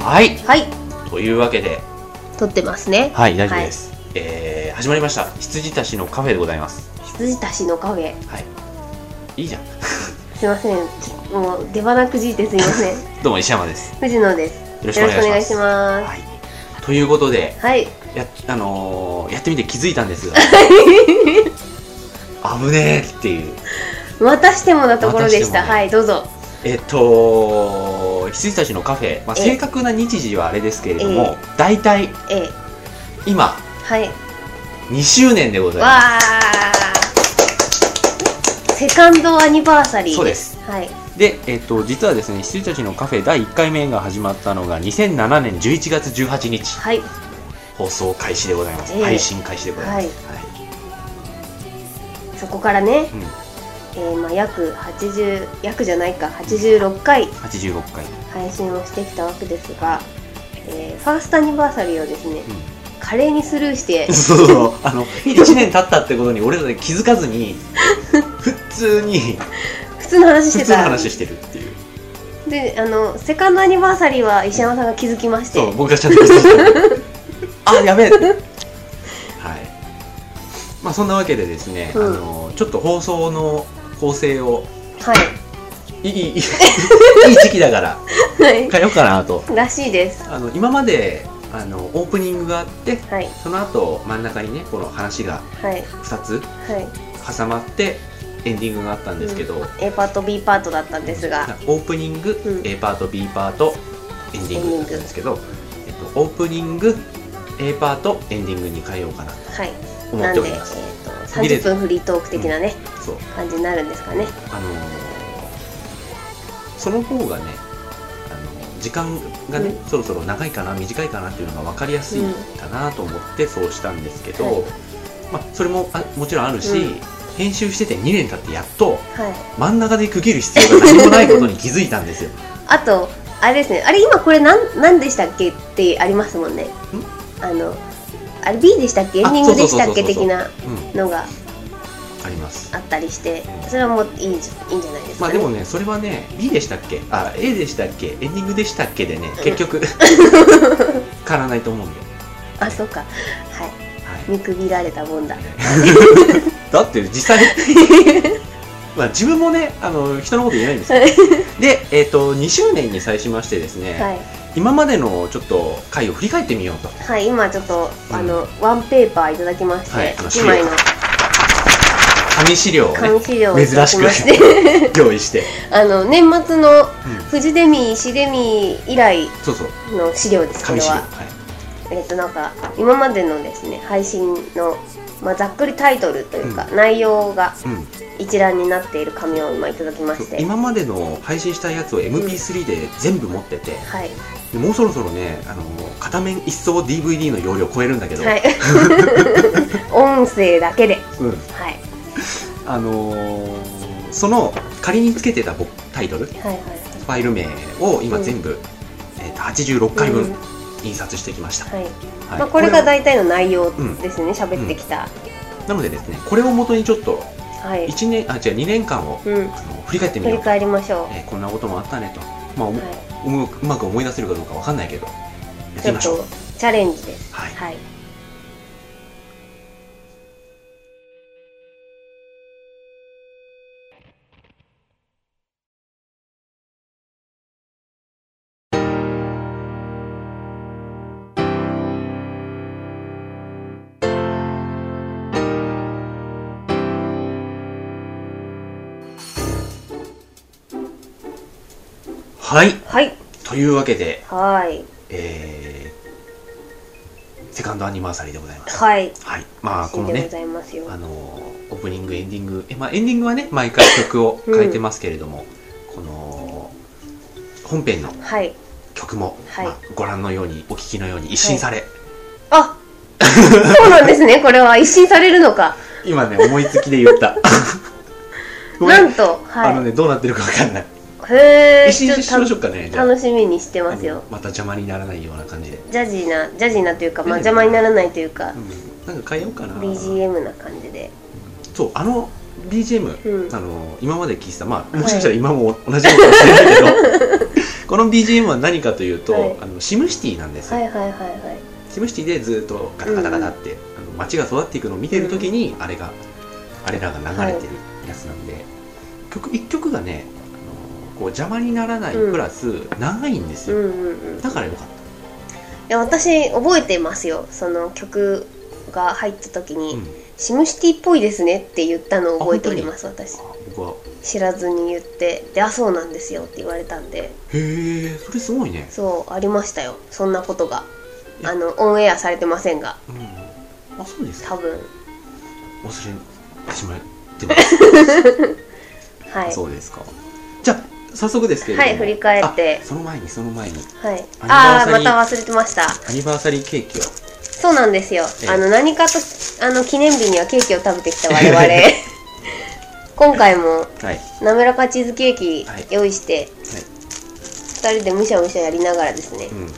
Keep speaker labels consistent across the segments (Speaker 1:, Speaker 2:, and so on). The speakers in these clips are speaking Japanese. Speaker 1: はい
Speaker 2: はい
Speaker 1: というわけで、
Speaker 2: 撮ってますね
Speaker 1: はい、大丈夫です、えー始まりました羊たちのカフェでございます
Speaker 2: 羊たちのカフェ
Speaker 1: はいいいじゃん
Speaker 2: すいませんもう出花くじいてすいません
Speaker 1: どうも石山ですよ
Speaker 2: 藤野です
Speaker 1: ろしく
Speaker 2: よ
Speaker 1: お
Speaker 2: ろしくお
Speaker 1: 願
Speaker 2: 願
Speaker 1: い
Speaker 2: い
Speaker 1: し
Speaker 2: し
Speaker 1: ます
Speaker 2: ま
Speaker 1: はい、ということです
Speaker 2: はい
Speaker 1: や,、あのーやってみて気づいたんです が危ねえっていう
Speaker 2: またしてもなところでし
Speaker 1: またし
Speaker 2: た
Speaker 1: てもね
Speaker 2: はいどうぞ
Speaker 1: えっと羊たちのカフェ、まあ、
Speaker 2: ええ
Speaker 1: 正確な日時はあれですけれど
Speaker 2: え
Speaker 1: も大体
Speaker 2: ええ
Speaker 1: 今
Speaker 2: はい
Speaker 1: 2周年でございま
Speaker 2: わーセカンドアニバーサリー
Speaker 1: そうです
Speaker 2: はい
Speaker 1: すで、えっと、実はですね羊たちのカフェ第1回目が始まったのが2007年11月18日
Speaker 2: はい
Speaker 1: 放送開始でございます、
Speaker 2: ええ
Speaker 1: 配信開始でございます、はい
Speaker 2: そこからね、
Speaker 1: うん
Speaker 2: えーまあ、約80約じゃないか86回
Speaker 1: 86回、
Speaker 2: 配信をしてきたわけですが、えーファーストアニバーサリーをですね、
Speaker 1: う
Speaker 2: 華麗にスルーして
Speaker 1: ん、そうそうそうあの1年経ったってことに俺らで気づかずに 普通に
Speaker 2: 普通の話
Speaker 1: 普
Speaker 2: して
Speaker 1: 通の
Speaker 2: た
Speaker 1: 話してるっていう
Speaker 2: であのセカンドアニバーサリーは石山さんが気づきまして
Speaker 1: そう僕がちゃんと気づいて あやべえはいまあそんなわけでですね、
Speaker 2: うん
Speaker 1: あのちょっと放送の構成を
Speaker 2: はい
Speaker 1: いい いいいい時期だから
Speaker 2: はい
Speaker 1: 変えようかなと
Speaker 2: らしいです
Speaker 1: あの今まであのオープニングがあって
Speaker 2: はい
Speaker 1: その後真ん中にねこの話が
Speaker 2: はい
Speaker 1: 2つ
Speaker 2: はい
Speaker 1: 挟まってエンディングがあったんですけど、
Speaker 2: A パート B パートだったんですが
Speaker 1: オープニング、
Speaker 2: うん
Speaker 1: A パート B パートエンディングだったんですけど、えっと、オープニング A パートエンディングに変えようかなと
Speaker 2: はい
Speaker 1: 思
Speaker 2: な
Speaker 1: っ
Speaker 2: ん
Speaker 1: て
Speaker 2: で、
Speaker 1: おり
Speaker 2: えー
Speaker 1: ます、途
Speaker 2: と
Speaker 1: 切れ
Speaker 2: 30
Speaker 1: ず
Speaker 2: 分フリートーク的なね、
Speaker 1: そう
Speaker 2: 感じになるんですかね
Speaker 1: あのーその方がね、あのー時間がね、そろそろ長いかな短いかなっていうのが分かりやすいかなと思ってそうしたんですけど、
Speaker 2: はい
Speaker 1: まあ、それもあもちろんあるし、
Speaker 2: うん
Speaker 1: 編集してて2年経ってやっと
Speaker 2: はい
Speaker 1: 真ん中で区切る必要が何もないことに気づいたんですよ
Speaker 2: あとあれですねあれ今これなんなんでしたっけってありますもんねあのあれ B でしたっけエン
Speaker 1: あ
Speaker 2: ディングでしたっけ
Speaker 1: そうそうそうそうそう
Speaker 2: 的な
Speaker 1: うん
Speaker 2: のが
Speaker 1: あります
Speaker 2: あったりしてそれはもういいんじゃいいんじゃないです
Speaker 1: まあ
Speaker 2: か、ね
Speaker 1: でもねそれはね B でしたっけあ A でしたっけエンディングでしたっけでね結 局変わらないと思うんだよね、
Speaker 2: あそうかはい
Speaker 1: はい
Speaker 2: 見くびられたもんだ
Speaker 1: だって実際 まあ自分もねあの人のこと言えないんですけどで、えー、と2周年に際しましてですね、
Speaker 2: はい、
Speaker 1: 今までのちょっと回を振り返ってみようと
Speaker 2: はい、今ちょっと
Speaker 1: うん
Speaker 2: あの、ワンペーパーいただきまして、
Speaker 1: はいあの
Speaker 2: 一枚の
Speaker 1: 紙資料をね
Speaker 2: 紙資料をいただき まして、
Speaker 1: 用意して、
Speaker 2: あの年末の
Speaker 1: うん
Speaker 2: フジデミー石デミー以来
Speaker 1: そうそう
Speaker 2: の資料ですこ
Speaker 1: 紙
Speaker 2: れ
Speaker 1: 資料
Speaker 2: は
Speaker 1: はい
Speaker 2: えっとなんか今までのですね配信の、まあ、ざっくりタイトルというか、内容が
Speaker 1: うん
Speaker 2: 一覧になっている紙を今いただきま
Speaker 1: そう
Speaker 2: して
Speaker 1: 今までの配信したやつを MP3 で全部持ってて、
Speaker 2: はい
Speaker 1: でもうそろそろねあの片面一層 DVD の容量超えるんだけど、
Speaker 2: はい 音声だけで
Speaker 1: うん、
Speaker 2: はい
Speaker 1: あのーその仮につけてた僕タイトル
Speaker 2: はいはい
Speaker 1: ファイル名を今全部、えーと86回
Speaker 2: うん
Speaker 1: 分印刷してきました、
Speaker 2: はい、
Speaker 1: はい
Speaker 2: まあ、これが
Speaker 1: を
Speaker 2: 大体の内容ですね喋、ってきた、
Speaker 1: なのでですねこれを元にちょっと
Speaker 2: はい、
Speaker 1: 1年あ違う2年間を
Speaker 2: うん、
Speaker 1: あの振り返ってみ
Speaker 2: 振
Speaker 1: よ
Speaker 2: り
Speaker 1: うと、
Speaker 2: 返りましょ
Speaker 1: えーこんなこともあったねと、まあ、お
Speaker 2: う、
Speaker 1: もうま
Speaker 2: は
Speaker 1: くうまく思い出せるかどうかわかんないけどや
Speaker 2: い、
Speaker 1: っ
Speaker 2: ち
Speaker 1: てみ
Speaker 2: ょっ
Speaker 1: ましょう
Speaker 2: とチャレンジです
Speaker 1: はい
Speaker 2: はい
Speaker 1: はい
Speaker 2: はい
Speaker 1: というわけで
Speaker 2: はい
Speaker 1: えーセカンドアニバーサリーでございます
Speaker 2: はい
Speaker 1: はいまあこの
Speaker 2: で
Speaker 1: ね
Speaker 2: ございますよ
Speaker 1: あのーオープニングエンディングえ、まあ、エンディングはね毎回曲を変えてますけれども、この本編の
Speaker 2: はい
Speaker 1: 曲も、
Speaker 2: はい
Speaker 1: まあ、ご覧のようにお聞きのように一新され、
Speaker 2: あそうなんですねこれは一新されるのか
Speaker 1: 今ね思いつきで言 ったごめん、
Speaker 2: なんと
Speaker 1: あの
Speaker 2: は
Speaker 1: ねどうなってるかわかんない
Speaker 2: いへえ
Speaker 1: 一新しましょうかねじゃあ
Speaker 2: 楽しみにしてますよ
Speaker 1: あのまた邪魔にならないような感じで、
Speaker 2: ジャジーなジャジーなというか、まあ、
Speaker 1: ジャジー
Speaker 2: 邪
Speaker 1: な
Speaker 2: 魔にならないというか
Speaker 1: うん、なんか変えようかな
Speaker 2: BGM な感じで
Speaker 1: そうあの BGM、
Speaker 2: うん
Speaker 1: あの今まで聞いてたまあもしかしたら今も同じことはしてないけど、この BGM は何かというと、
Speaker 2: はい
Speaker 1: あのシムシティなんですよ、
Speaker 2: はいはいはいはい
Speaker 1: シムシティでずっとガタガタガタって、あの街が育っていくのを見てる時に、あれがあれらが流れてるやつなんで、曲一曲がねあのこう邪魔にならない
Speaker 2: うん
Speaker 1: プラス、長いんです
Speaker 2: う
Speaker 1: よ、
Speaker 2: んうんうんい
Speaker 1: だからよかった
Speaker 2: や私覚えてますよその曲が入った時に、
Speaker 1: うん
Speaker 2: シムシティっぽいですねって言ったのを覚えております私
Speaker 1: あ僕は
Speaker 2: 知らずに言ってであそうなんですよって言われたんで
Speaker 1: へえそれすごいね、
Speaker 2: そうありましたよそんなことが
Speaker 1: いや
Speaker 2: あのオンエアされてませんが
Speaker 1: うん、あそうですか
Speaker 2: 多分
Speaker 1: 忘れてしまってます、
Speaker 2: はい
Speaker 1: そうですかじゃあ早速ですけれども
Speaker 2: はい振り返って
Speaker 1: あその前にその前に
Speaker 2: はい
Speaker 1: アニバー
Speaker 2: ああ
Speaker 1: サ
Speaker 2: ー
Speaker 1: リー
Speaker 2: また忘れてました
Speaker 1: アニバーサリーケーキを
Speaker 2: そうなんですよ
Speaker 1: ええ
Speaker 2: あの何かとあの記念日にはケーキを食べてきた我々 今回も
Speaker 1: はい
Speaker 2: なめらかチーズケーキ
Speaker 1: はい
Speaker 2: 用意して、二人でむしゃむしゃやりながらですね
Speaker 1: うん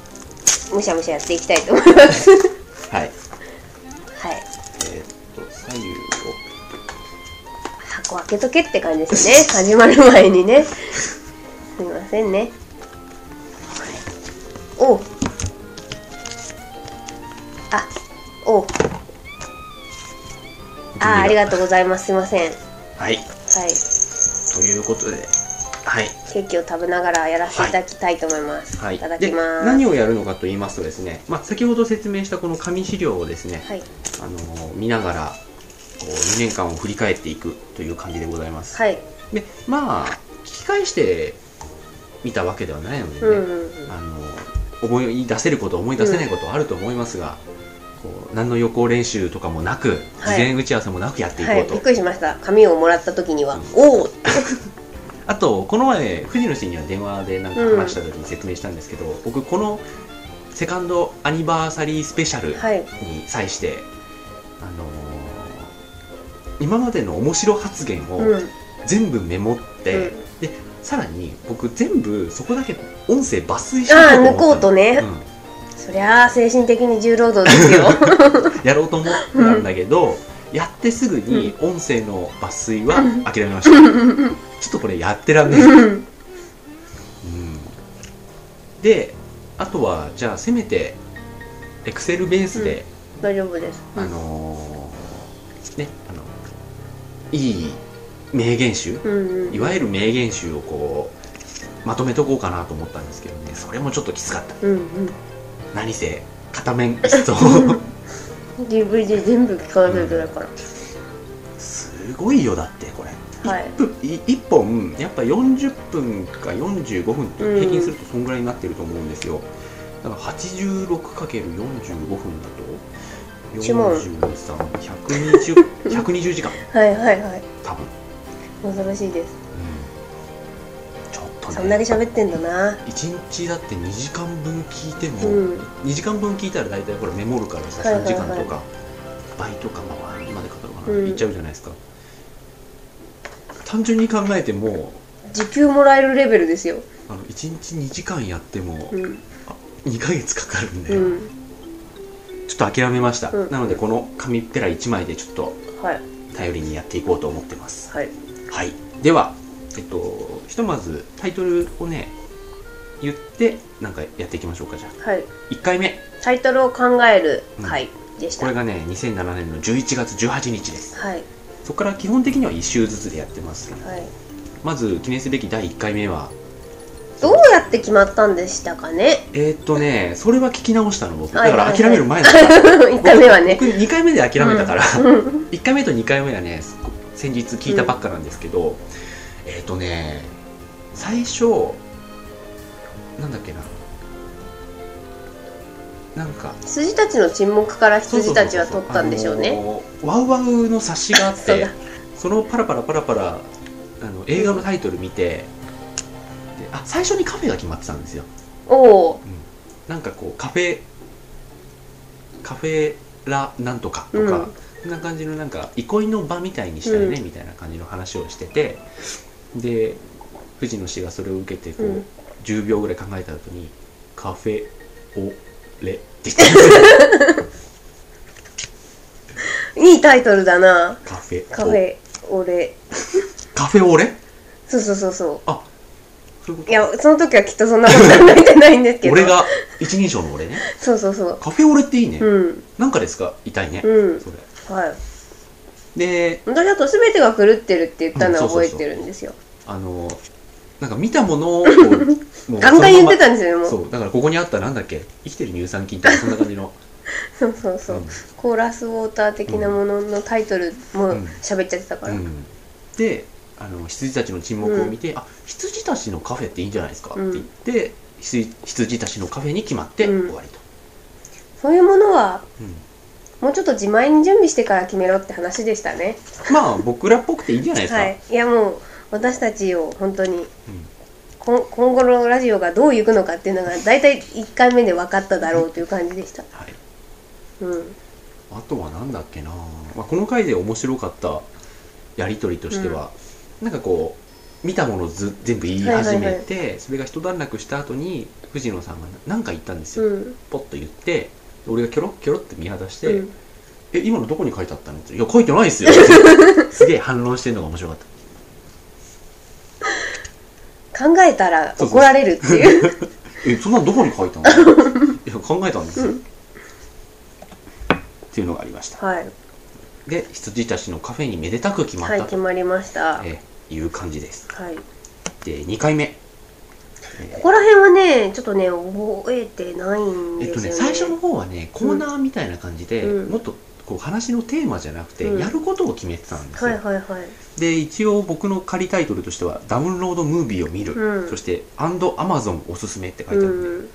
Speaker 2: むしゃむしゃやっていきたいと思 いますは
Speaker 1: はいえー
Speaker 2: い
Speaker 1: っと左右を
Speaker 2: 箱開けとけって感じですね 始まる前にねすいませんねおうあおうあーありがとうございますすいませんは
Speaker 1: はい
Speaker 2: い
Speaker 1: ということではい
Speaker 2: ケーキを食べながらやらせていただきたいと思います、、
Speaker 1: はいい
Speaker 2: ただ
Speaker 1: で
Speaker 2: きます
Speaker 1: 何をやるのかと言いますとですね、まあ、先ほど説明したこの紙資料をですね、
Speaker 2: はい
Speaker 1: あのー見ながらこう2年間を振り返っていくという感じでございます、
Speaker 2: はい
Speaker 1: でまあ聞き返してみたわけではないのでね、
Speaker 2: うんうんうん
Speaker 1: あの思い出せること思い出せないことはあると思いますが、こう何の予行練習とかもなく事
Speaker 2: はい
Speaker 1: 前打ち合わせもなくやっていこ
Speaker 2: は
Speaker 1: う
Speaker 2: い
Speaker 1: と、
Speaker 2: びっくりしました紙をもらった時には、おお
Speaker 1: あとこの前藤野氏には電話でなんか話した時に説明したんですけど、僕このセカンドアニバーサリースペシャル
Speaker 2: はい
Speaker 1: に際して、あのー今までの面白発言
Speaker 2: う
Speaker 1: を
Speaker 2: ん
Speaker 1: 全部メモって、
Speaker 2: うん
Speaker 1: でさらに僕全部そこだけ音声抜粋しよ
Speaker 2: ああ
Speaker 1: うと
Speaker 2: 抜こ
Speaker 1: 思
Speaker 2: う
Speaker 1: った
Speaker 2: と
Speaker 1: の
Speaker 2: ね、
Speaker 1: うん
Speaker 2: そりゃあ精神的に重労働 ですよ
Speaker 1: やろうと思ったんだけど、やってすぐに音声の抜粋は諦めました、ちょっとこれやってらんねえ、うん、であとはじゃあせめてエクセルベースで、
Speaker 2: 大丈夫です、
Speaker 1: あのーねあのいい名言集
Speaker 2: うんうん
Speaker 1: いわゆる名言集をこうまとめとこうかなと思ったんですけどねそれもちょっときつかった
Speaker 2: うん
Speaker 1: 何せ片面一 層
Speaker 2: うん DVD 全部聞かなきゃいけないから、
Speaker 1: すごいよだってこれ
Speaker 2: はい
Speaker 1: 1分い一本やっぱ40分か45分って
Speaker 2: うん
Speaker 1: 平均するとそんぐらいになってると思うんですよ、だから 86×45 分だと
Speaker 2: 一問
Speaker 1: 43120 120時間
Speaker 2: はいはいはい
Speaker 1: 多分、
Speaker 2: 恐ろしいです
Speaker 1: ちょっとね
Speaker 2: そんだけ喋ってんだな
Speaker 1: 1日だって2時間分聞いても、
Speaker 2: うん
Speaker 1: 2時間分聞いたら大体ほらメモるからさ
Speaker 2: はいはい
Speaker 1: 3
Speaker 2: はい
Speaker 1: 時間とか倍とかまあ倍までかかるかな、
Speaker 2: うん
Speaker 1: いっちゃうじゃないですか単純に考えても
Speaker 2: 時給もらえるレベルですよ
Speaker 1: あの1日2時間やっても
Speaker 2: うん
Speaker 1: 2ヶ月かかるんで、
Speaker 2: うん
Speaker 1: ちょっと諦めました、
Speaker 2: うん
Speaker 1: なのでこの紙っぺら1枚でちょっと
Speaker 2: はい
Speaker 1: 頼りにやっていこうと思ってます
Speaker 2: はい
Speaker 1: はいではえっとひとまずタイトルをね言ってなんかやっていきましょうかじゃあ
Speaker 2: はい
Speaker 1: 1回目
Speaker 2: タイトルを考える回でし
Speaker 1: こ
Speaker 2: た、
Speaker 1: れがね2007年の11月18日です
Speaker 2: はい
Speaker 1: そこから基本的には1週ずつでやってます
Speaker 2: はい
Speaker 1: まず記念すべき第1回目は
Speaker 2: どうやって決まったんでしたかね
Speaker 1: えーっとねそれは聞き直したの僕だ
Speaker 2: はい
Speaker 1: か
Speaker 2: はい
Speaker 1: ら諦
Speaker 2: はい
Speaker 1: める前だ
Speaker 2: 1回目はね
Speaker 1: 僕2回目で諦めたから、1回目と2回 目はねすご先日聞いたばっかなんですけど、えっ、とね最初なんだっけななんか
Speaker 2: 筋たちの沈黙から羊たちは取ったんでしょうね
Speaker 1: あのーワウワウの冊子があっ
Speaker 2: そう
Speaker 1: て
Speaker 2: だ
Speaker 1: そのパラパラパラパラあの映画のタイトル見て、であ最初にカフェが決まってたんですよ
Speaker 2: おお
Speaker 1: なんかこうカフェカフェラなんとかとか、
Speaker 2: うん
Speaker 1: そんな感じのなんか憩いの場みたいにしたいね、
Speaker 2: うん
Speaker 1: みたいな感じの話をしててで藤野氏がそれを受けてこう、
Speaker 2: うん
Speaker 1: 10秒ぐらい考えた後に「カフェオレ」って言ったんですよ
Speaker 2: いいタイトルだ な
Speaker 1: カフェ
Speaker 2: カフェオレ
Speaker 1: カフェオレ
Speaker 2: そうそうそうそう
Speaker 1: あどういうこ
Speaker 2: いやその時はきっとそんなこと考えてないんですけ
Speaker 1: と
Speaker 2: ど
Speaker 1: 俺が一人称の俺ね
Speaker 2: そうそうそう
Speaker 1: カフェオレっていいね、
Speaker 2: うん
Speaker 1: なんかですか痛いね、
Speaker 2: うん
Speaker 1: それ
Speaker 2: はい
Speaker 1: で
Speaker 2: 私だと全てが狂ってるって言ったのは覚えてるんですよ、
Speaker 1: あのなんか見たものを こうもう
Speaker 2: ガンガン言っ
Speaker 1: その
Speaker 2: て
Speaker 1: ま
Speaker 2: たんですよね
Speaker 1: ま
Speaker 2: もう
Speaker 1: そうだからここにあったなんだっけ生きてる乳酸菌って そんな感じの
Speaker 2: そうそうそう、
Speaker 1: うん
Speaker 2: コーラスウォーター的なもののタイトルも
Speaker 1: うん
Speaker 2: 喋っちゃってたから、
Speaker 1: う
Speaker 2: うん
Speaker 1: ん、であの羊たちの沈黙を見て、あ羊たちのカフェっていいんじゃないですか、
Speaker 2: うん
Speaker 1: って言って羊羊たちのカフェに決まって
Speaker 2: うん
Speaker 1: 終わりと、
Speaker 2: そういうものは
Speaker 1: うん
Speaker 2: もうちょっと自前に準備してから決めろって話でしたね
Speaker 1: まあ僕らっぽくていいんじゃないですか、
Speaker 2: はいいやもう私たちを本当に、
Speaker 1: うん
Speaker 2: こん今後のラジオがどう行くのかっていうのが大体1回目で分かっただろうという感じでした
Speaker 1: はい
Speaker 2: うん
Speaker 1: あとはなんだっけな、まあ、この回で面白かったやり取りとしては、なんかこう見たものをず全部言い始めて、それが一段落した後に藤野さんが何か言ったんですよ、
Speaker 2: うん
Speaker 1: ポッと言って俺がキョロッキョロって見渡して「
Speaker 2: うん
Speaker 1: え今のどこに書いてあったの?」って「いや書いてないです よ」すげえ反論してるのが面白かった
Speaker 2: 考えたら
Speaker 1: そうそう
Speaker 2: 怒られるっていう
Speaker 1: えそんなのどこに書い たのいや考えたんですよ、
Speaker 2: う
Speaker 1: っ
Speaker 2: ん
Speaker 1: ていうのがありました
Speaker 2: はい
Speaker 1: で羊たちのカフェにめでたく決まっ
Speaker 2: はい
Speaker 1: た
Speaker 2: 決
Speaker 1: と、
Speaker 2: まりましたはい
Speaker 1: えいう感じですで2回目、えー
Speaker 2: ここら辺はねちょっとね覚えてないん
Speaker 1: えっ
Speaker 2: で
Speaker 1: と
Speaker 2: す
Speaker 1: ね
Speaker 2: よね
Speaker 1: 最初の方はねコーナーみたいな感じで、
Speaker 2: うん
Speaker 1: もっとこう話のテーマじゃなくて、
Speaker 2: うん
Speaker 1: やることを決めてたんですよ、
Speaker 2: はいはいはい
Speaker 1: で一応僕の仮タイトルとしては「ダウンロードムービーを見る」
Speaker 2: うん
Speaker 1: そして「Amazon おすすめ」って書いてあるんで、
Speaker 2: うん、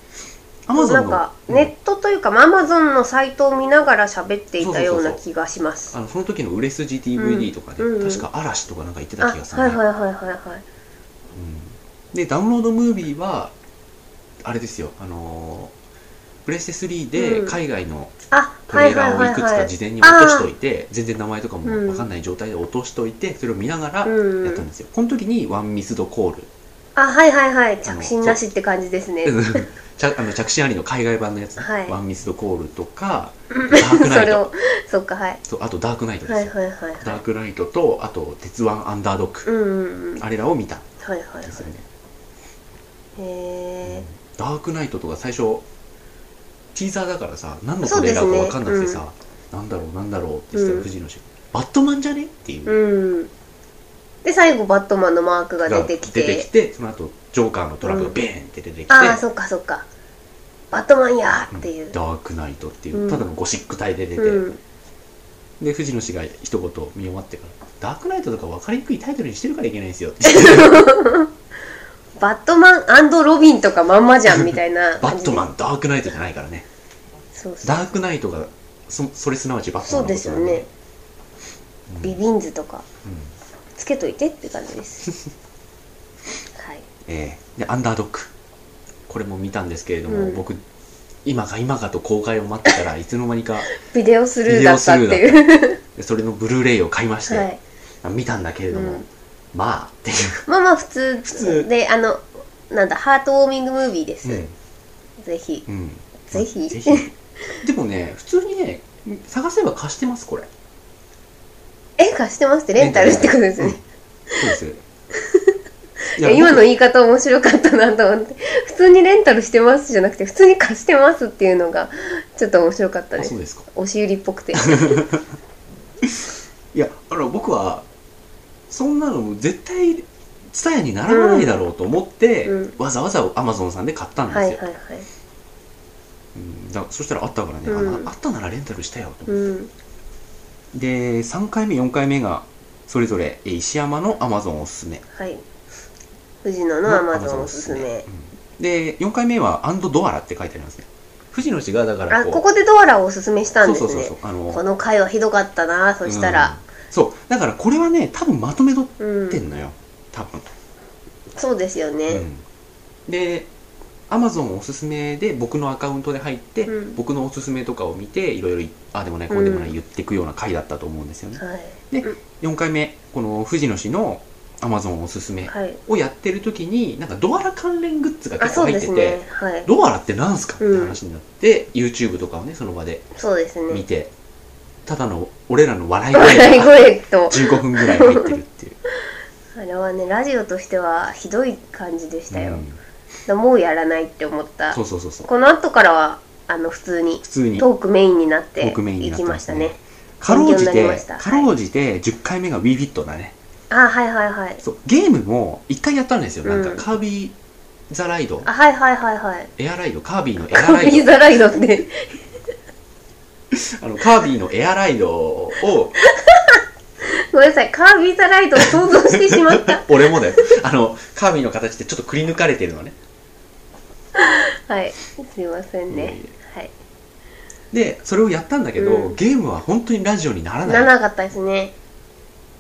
Speaker 1: Amazon
Speaker 2: なん
Speaker 1: の
Speaker 2: か
Speaker 1: うん
Speaker 2: ネットというか、まあ Amazon のサイトを見ながら喋っていたよう
Speaker 1: そうそ
Speaker 2: な
Speaker 1: うそうそ
Speaker 2: 気がします
Speaker 1: あのその時の売れ筋 DVD とかで、
Speaker 2: うんうん
Speaker 1: 確か嵐とかなんか言って
Speaker 2: あ
Speaker 1: た気がする、
Speaker 2: はいはいはいはい
Speaker 1: う
Speaker 2: はい
Speaker 1: んでダウンロードムービーはあれですよあのープレステ3で
Speaker 2: うん
Speaker 1: 海外の
Speaker 2: あ
Speaker 1: ト
Speaker 2: は
Speaker 1: レ
Speaker 2: い
Speaker 1: ー
Speaker 2: はい
Speaker 1: ラ
Speaker 2: は
Speaker 1: ーを
Speaker 2: い
Speaker 1: いくつか
Speaker 2: は
Speaker 1: 事
Speaker 2: い
Speaker 1: 前に落としといて、全然名前とかも分かんない状態で落としといて、それを見ながらや
Speaker 2: うん
Speaker 1: ったんですよ、この時に「ワンミスドコール
Speaker 2: あはいはいはい着信なしって感じです」ね
Speaker 1: 着あの着信ありの海外版のやつ「
Speaker 2: はい
Speaker 1: ワンミスドコール」とか「ダー ク
Speaker 2: そ
Speaker 1: ナイ
Speaker 2: れ
Speaker 1: ト
Speaker 2: をそっかはい」
Speaker 1: そうあと「ダークナイト」ですよ、
Speaker 2: はいはいはい
Speaker 1: ダ
Speaker 2: は
Speaker 1: ークナイトとあと「鉄腕アンダードッ
Speaker 2: い
Speaker 1: グ
Speaker 2: う」んうんうんは
Speaker 1: あれらを見たん
Speaker 2: いはいはい
Speaker 1: ですよね
Speaker 2: へ
Speaker 1: ダークナイトとか最初ティーザーだからさ何のトレーラーか分かんなくてさ、なんだろうなんだろうって言ってたら
Speaker 2: うん
Speaker 1: 藤野氏、バットマンじゃねっていう
Speaker 2: え、うんで最後バットマンのマークが出てきて
Speaker 1: その後ジョーカーのトラックがベーンって出てきて、
Speaker 2: ああそっかそっかバットマンやーっていう、
Speaker 1: ダークナイトっていう、
Speaker 2: うん
Speaker 1: ただのゴシック体で出て、
Speaker 2: うん、
Speaker 1: で藤野氏が一言見終わってから「ダークナイトとか分かりにくいタイトルにしてるからいけないんですよ」って
Speaker 2: バットマンロビンとかまんまじゃんみたいな
Speaker 1: バ
Speaker 2: 感
Speaker 1: ッ
Speaker 2: じ
Speaker 1: ト
Speaker 2: で
Speaker 1: マンダークナイトじゃないからね
Speaker 2: そうそう
Speaker 1: ダークナイトがそそれすなわちバット
Speaker 2: そ
Speaker 1: マ
Speaker 2: う
Speaker 1: ン
Speaker 2: で
Speaker 1: の
Speaker 2: す
Speaker 1: こと
Speaker 2: よ
Speaker 1: なんで
Speaker 2: ねビビンズとか
Speaker 1: うん
Speaker 2: つけといてって感じですはい
Speaker 1: えーで、アンダードック。これも見たんですけれども、
Speaker 2: うん
Speaker 1: 僕、今か今かと公開を待ってたらいつの間にか、
Speaker 2: ビデオスルーだったっていう
Speaker 1: でそれのブルーレイを買いまして、
Speaker 2: はい
Speaker 1: 見たんだけれども、
Speaker 2: うん
Speaker 1: まあ、ってい
Speaker 2: まあまあ普通
Speaker 1: 通
Speaker 2: であのなんだハートウォーミングムービーです、
Speaker 1: う。
Speaker 2: ぜひ
Speaker 1: うん。
Speaker 2: ぜひ
Speaker 1: ぜひ。でもね、普通にね、探せば貸してます、これ。
Speaker 2: え貸してますってレンタルってことです
Speaker 1: うん
Speaker 2: ね、
Speaker 1: そう です。い
Speaker 2: いや今の言い方面白かったなと思って 普通にレンタルしてますじゃなくて普通に貸してますっていうのがちょっと面白かった
Speaker 1: 僕
Speaker 2: で
Speaker 1: あそう
Speaker 2: す
Speaker 1: ですか。
Speaker 2: 押し売りっぽ くて
Speaker 1: いや、あの、僕は、そんなのもう絶対、ツタヤに並ばないだろうと思って、
Speaker 2: う
Speaker 1: わざわざアマゾンさんで買ったんですよ。
Speaker 2: はいはいはい
Speaker 1: うんだそしたらあったからね、
Speaker 2: うん
Speaker 1: ああったならレンタルしたよと思って、
Speaker 2: うん
Speaker 1: で3回目4回目がそれぞれえー石山のアマゾンおすすめ
Speaker 2: はい藤野のアマゾンおすすめ
Speaker 1: うんで4回目は「アンドドアラ」って書いてありますね藤野氏がだから
Speaker 2: あ
Speaker 1: こう
Speaker 2: ここでドアラをおすすめしたん
Speaker 1: そう
Speaker 2: です
Speaker 1: そ
Speaker 2: ね
Speaker 1: うそうそうあの
Speaker 2: この回はひどかったなそしたら、
Speaker 1: うんそうだからこれはね多分まとめとっ
Speaker 2: うん
Speaker 1: てんのよ、多分、
Speaker 2: そうですよね、
Speaker 1: うんでアマゾンおすすめで僕のアカウントで入って、
Speaker 2: うん
Speaker 1: 僕のおすすめとかを見ていろいろあでもないこうでもない言っていくような回だったと思うんですよね、
Speaker 2: はい
Speaker 1: 4回目この藤野氏のアマゾンおすすめ
Speaker 2: はい
Speaker 1: をやってる時になんかドアラ関連グッズが
Speaker 2: あ
Speaker 1: 結
Speaker 2: そ
Speaker 1: 構
Speaker 2: う
Speaker 1: 入っ
Speaker 2: で
Speaker 1: て
Speaker 2: す
Speaker 1: て、
Speaker 2: ねはい
Speaker 1: ドアラってなんすかって話になって、YouTube とかをねその場で
Speaker 2: そうです
Speaker 1: 見
Speaker 2: ね
Speaker 1: て、ただの俺らの笑い声
Speaker 2: 笑い
Speaker 1: が
Speaker 2: 声と
Speaker 1: 15分ぐらい入ってるっていう
Speaker 2: あれはねラジオとしてはひどい感じでしたよ、
Speaker 1: うん
Speaker 2: だもうやらないって思った
Speaker 1: そうそうそうそう
Speaker 2: この後からはあの普通に
Speaker 1: 普通に
Speaker 2: トークメインになって
Speaker 1: トークメインに
Speaker 2: い
Speaker 1: なっ
Speaker 2: き
Speaker 1: て
Speaker 2: ま
Speaker 1: ま
Speaker 2: し
Speaker 1: す
Speaker 2: た
Speaker 1: ね
Speaker 2: ね
Speaker 1: かろうじ
Speaker 2: 勉強にな
Speaker 1: て
Speaker 2: りました
Speaker 1: かろうじて10回目が w e f i t だね
Speaker 2: あはいはいはい
Speaker 1: そうゲームも1回やったんですよ、なん
Speaker 2: うん
Speaker 1: かカービィ・ザ・ライド
Speaker 2: あはいはいはいはい
Speaker 1: エアライドカービィのエア
Speaker 2: カ
Speaker 1: ラ
Speaker 2: ービ
Speaker 1: イ
Speaker 2: ィザライドって
Speaker 1: ドあのカービィのエアライドを
Speaker 2: ごめんなさいカービィザライドを想像してしまった
Speaker 1: 俺もだよあのカービィの形ってちょっとくり抜かれてるのね
Speaker 2: はいすいません
Speaker 1: いえ
Speaker 2: ね
Speaker 1: い
Speaker 2: はい
Speaker 1: でそれをやったんだけど、
Speaker 2: うん
Speaker 1: ゲームは本当にラジオになら
Speaker 2: なら
Speaker 1: ない
Speaker 2: なかったですね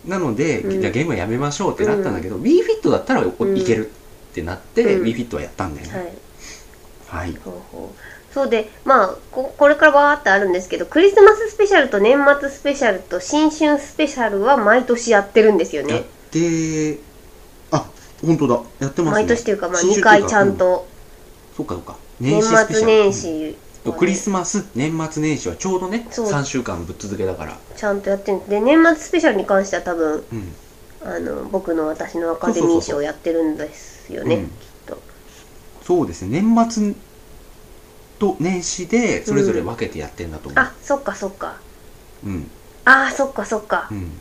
Speaker 1: なので、
Speaker 2: うん
Speaker 1: じゃあゲームはやめましょうってなったんだけど、w e f i t だったらお
Speaker 2: うん
Speaker 1: いけるってなって、
Speaker 2: うん
Speaker 1: w e f i t はやったんだよね、
Speaker 2: は
Speaker 1: は
Speaker 2: い
Speaker 1: い
Speaker 2: ほうほうそうでまあここれからバーってあるんですけどクリスマススペシャルと年末スペシャルと新春スペシャルは毎年やってるんですよ
Speaker 1: やっ
Speaker 2: ね
Speaker 1: てあ本当だやってますね
Speaker 2: 毎年というか、まあ、
Speaker 1: 新春とい
Speaker 2: 2
Speaker 1: うか
Speaker 2: 回ちゃんと
Speaker 1: そうかそうか
Speaker 2: 年
Speaker 1: 年始スペシ
Speaker 2: 末
Speaker 1: ャル
Speaker 2: 年始
Speaker 1: うんクリスマス年末年始はちょうどね
Speaker 2: そう
Speaker 1: 3週間ぶっ続けだから、
Speaker 2: ちゃんとやってるんですで年末スペシャルに関しては多分
Speaker 1: うん
Speaker 2: あの僕の私のアカデミー賞をやってるんですよね
Speaker 1: うん
Speaker 2: きっと
Speaker 1: そうですね年末と年始でそれぞれ分けてやってんだと思う
Speaker 2: あそっかそっか
Speaker 1: うん
Speaker 2: あーそっかそっか
Speaker 1: うん、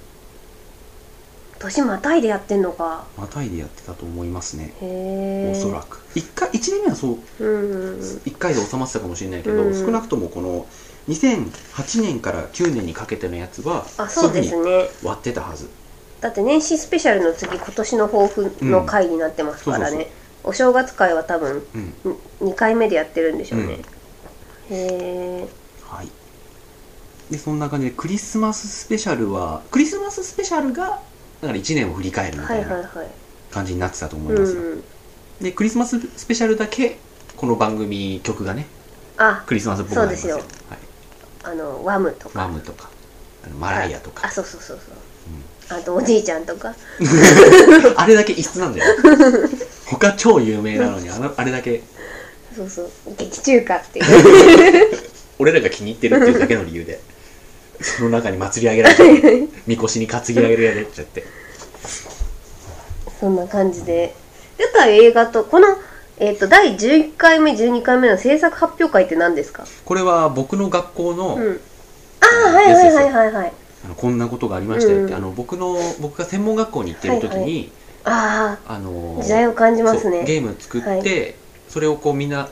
Speaker 2: 年またいでやってんのか
Speaker 1: またいでやってたと思いますね
Speaker 2: へ
Speaker 1: お
Speaker 2: え
Speaker 1: そらく一回1年目はそう
Speaker 2: うんうんうん
Speaker 1: 1回で収まってたかもしれないけど、
Speaker 2: うん
Speaker 1: 少なくともこの2008年から9年にかけてのやつは
Speaker 2: あそうです
Speaker 1: いふ
Speaker 2: ね
Speaker 1: に割ってたはず
Speaker 2: だって年始スペシャルの次今年の抱負の回になってますから
Speaker 1: うんそう
Speaker 2: ねお正月会は多分
Speaker 1: うん
Speaker 2: 2回目でやってるんでしょうね、へえ
Speaker 1: はいでそんな感じでクリスマススペシャルはクリスマススペシャルがだから1年を振り返るみ
Speaker 2: は
Speaker 1: たい
Speaker 2: いはい
Speaker 1: な
Speaker 2: はい
Speaker 1: 感じになってたと思いますよ、
Speaker 2: うん
Speaker 1: でクリスマススペシャルだけこの番組曲がね
Speaker 2: あ
Speaker 1: クリスマスっぽくなりますよ
Speaker 2: そうで
Speaker 1: はい、
Speaker 2: あのワムとか
Speaker 1: マムとかあのマライアと
Speaker 2: あ
Speaker 1: か
Speaker 2: そうそうそうそう、あとおじいちゃんとか
Speaker 1: あれだけ異質なんだよ 他超有名なのにあのあれだけ
Speaker 2: そうそう劇中歌っていう
Speaker 1: 俺らが気に入ってるっていうだけの理由でその中に祭り上げられ てみこしに担ぎ上げられちゃって
Speaker 2: そんな感じで出た映画とこのえっ、と第11回目12回目の制作発表会って何ですか
Speaker 1: これは僕の学校の,、
Speaker 2: うんああはいはいはいはいはい
Speaker 1: あのこんなことがありましたよって、
Speaker 2: うん
Speaker 1: あの僕の僕が専門学校に行ってる時に、
Speaker 2: はいはあ
Speaker 1: あの
Speaker 2: あ
Speaker 1: ー
Speaker 2: 時代を感じます
Speaker 1: そう
Speaker 2: ね
Speaker 1: ゲーム作って、
Speaker 2: は
Speaker 1: それをこうみんな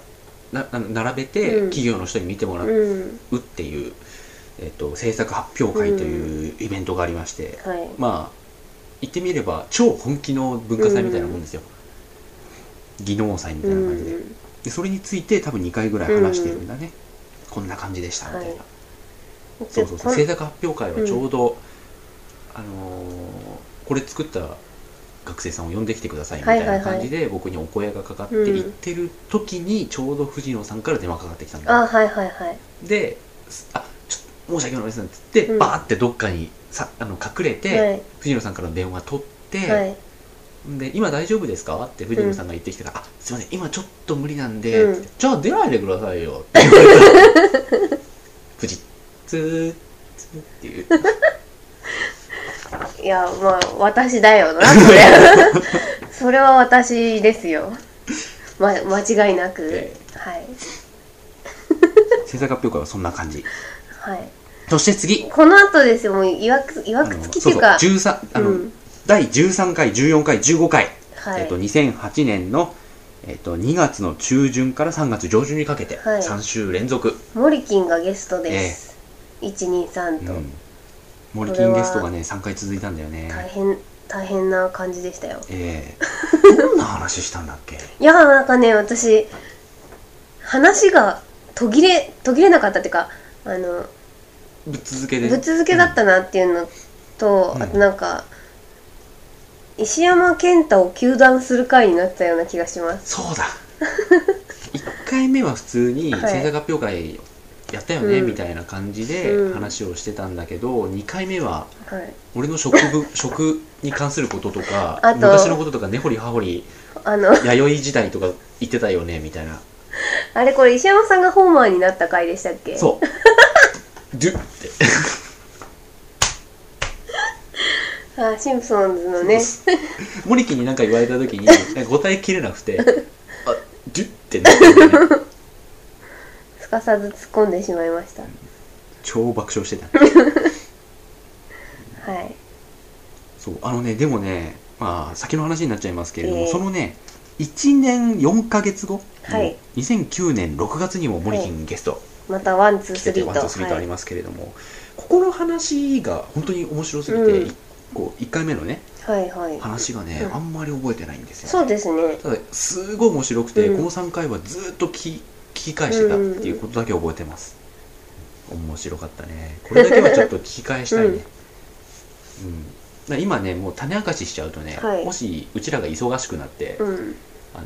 Speaker 1: なな並べて、
Speaker 2: うん
Speaker 1: 企業の人に見てもらう
Speaker 2: うん
Speaker 1: っていう、えっと制作発表会というイベントがありまして、
Speaker 2: はい
Speaker 1: まあ言ってみれば超本気の文化祭みたいなもんですよ、技能祭みたいな感じで,、
Speaker 2: うん
Speaker 1: でそれについて多分2回ぐらい話してるんだね、こんな感じでしたみたいな、
Speaker 2: はい
Speaker 1: そうそうそう
Speaker 2: こん
Speaker 1: 制作発表会はちょうど、あのーこれ作った学生さんを呼んできてくださいみたい
Speaker 2: はい
Speaker 1: な
Speaker 2: はいはい
Speaker 1: 感じで僕にお声がかかって
Speaker 2: うん
Speaker 1: 行ってる時にちょうど藤野さんから電話かかってきたんだ
Speaker 2: あはいはいはい
Speaker 1: ですあちょっと申し訳ございませんっつって、
Speaker 2: うん
Speaker 1: バーってどっかにさあの隠れて、
Speaker 2: はい
Speaker 1: 藤野さんからの電話取って、
Speaker 2: はい
Speaker 1: で今大丈夫ですかって藤野さんが言ってきたから、あすいません今ちょっと無理なんで、
Speaker 2: うん
Speaker 1: じゃあ出ないでくださいよっ て言われた藤つーつーっていう
Speaker 2: いやまあ私だよなそれ それは私ですよ、ま、間違いなく、
Speaker 1: え
Speaker 2: はい
Speaker 1: 制作発表会はそんな感じ
Speaker 2: はい
Speaker 1: そして次
Speaker 2: この後ですよもういわくい
Speaker 1: あ
Speaker 2: わく
Speaker 1: の
Speaker 2: つきって
Speaker 1: そう
Speaker 2: い
Speaker 1: そう
Speaker 2: うか
Speaker 1: 13あの、
Speaker 2: うん
Speaker 1: 第13回14回15回、
Speaker 2: はい
Speaker 1: えっと2008年のえっと2月の中旬から3月上旬にかけて
Speaker 2: はい
Speaker 1: 3週連続、
Speaker 2: モリキンがゲストです、123と、
Speaker 1: うん、モリキンゲストがね3回続いたんだよね、
Speaker 2: 大変大変な感じでしたよ
Speaker 1: ええどんな話したんだっけ
Speaker 2: いやなんかね私話が途切れ途切れなかったっていうかあの
Speaker 1: ぶっ続けで
Speaker 2: ぶっ続けだったなっていうのと、
Speaker 1: うん
Speaker 2: あとなんか石山健太を糾弾する回になったような気がします
Speaker 1: そうだ1回目は普通に
Speaker 2: はい
Speaker 1: 制作発表会やったよね、
Speaker 2: うん
Speaker 1: みたいな感じで
Speaker 2: うん
Speaker 1: 話をしてたんだけど、2回目は
Speaker 2: はい
Speaker 1: 俺の食 部食に関することとか
Speaker 2: あと
Speaker 1: 昔のこととか根掘り葉掘り
Speaker 2: あの
Speaker 1: 弥生時代とか言ってたよねみたいな
Speaker 2: あれこれ石山さんがホーマーになった回でしたっけ
Speaker 1: そう ドゥって
Speaker 2: はあシンプソンズのね
Speaker 1: モリキに何か言われた時 になんか答えきれなくてあジュッって なったんだよね
Speaker 2: すかさず突っ込んでしまいました
Speaker 1: 超爆笑してた
Speaker 2: はい
Speaker 1: そうあのねでもねまあ先の話になっちゃいますけれども、
Speaker 2: ええ
Speaker 1: そのね1年4ヶ月後、
Speaker 2: はい
Speaker 1: 2009年6月にもモリキンゲスト
Speaker 2: またワンツー
Speaker 1: 来て
Speaker 2: ス
Speaker 1: て、
Speaker 2: リー
Speaker 1: ワ
Speaker 2: と
Speaker 1: ンツースリーとあ
Speaker 2: は
Speaker 1: り
Speaker 2: い
Speaker 1: ますけれども、ここの話が本当に面白すぎて、
Speaker 2: うん
Speaker 1: こう1回目のね
Speaker 2: はいはい
Speaker 1: 話がね、
Speaker 2: うん
Speaker 1: あんまり覚えてないんですよ、
Speaker 2: そうですね
Speaker 1: ただすごい面白くて、
Speaker 2: うん
Speaker 1: この3回はずっと聞き聞き返してたっていうことだけ覚えてます、面白かったねこれだけはちょっと聞き返したいね、
Speaker 2: う
Speaker 1: うんん だから今ねもう種明かししちゃうとね、
Speaker 2: はい
Speaker 1: もしうちらが忙しくなって、
Speaker 2: うん
Speaker 1: あの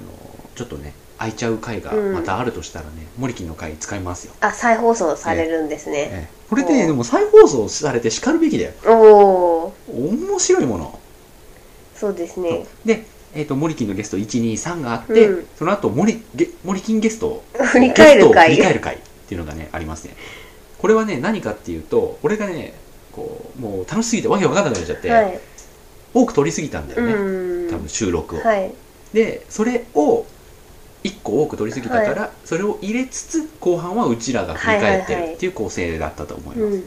Speaker 1: ちょっとね空いちゃう回がまたあるとしたらね、モリキンの回使いますよ、
Speaker 2: あ再放送されるんですね
Speaker 1: ええこれで、
Speaker 2: おう
Speaker 1: ね、でも再放送されてしかるべきだよ
Speaker 2: おお
Speaker 1: 面白いもの、
Speaker 2: そうですね
Speaker 1: で、えー、とモリキンのゲスト123があって、
Speaker 2: うん
Speaker 1: その後モリゲモリキンゲストを
Speaker 2: 振り返る
Speaker 1: ゲストを振り返
Speaker 2: 回
Speaker 1: る回っていうのがねありますねこれはね何かっていうと俺がねこうもう楽しすぎてわけわかんなくなっちゃって、
Speaker 2: はい
Speaker 1: 多く撮りすぎたんだよね、
Speaker 2: うん
Speaker 1: 多分収録を、
Speaker 2: はい
Speaker 1: でそれを1個多く取りすぎたから、それを入れつつ後半はうちらが振り返って
Speaker 2: はいはいは
Speaker 1: る
Speaker 2: い
Speaker 1: っていう構成だったと思います、
Speaker 2: うん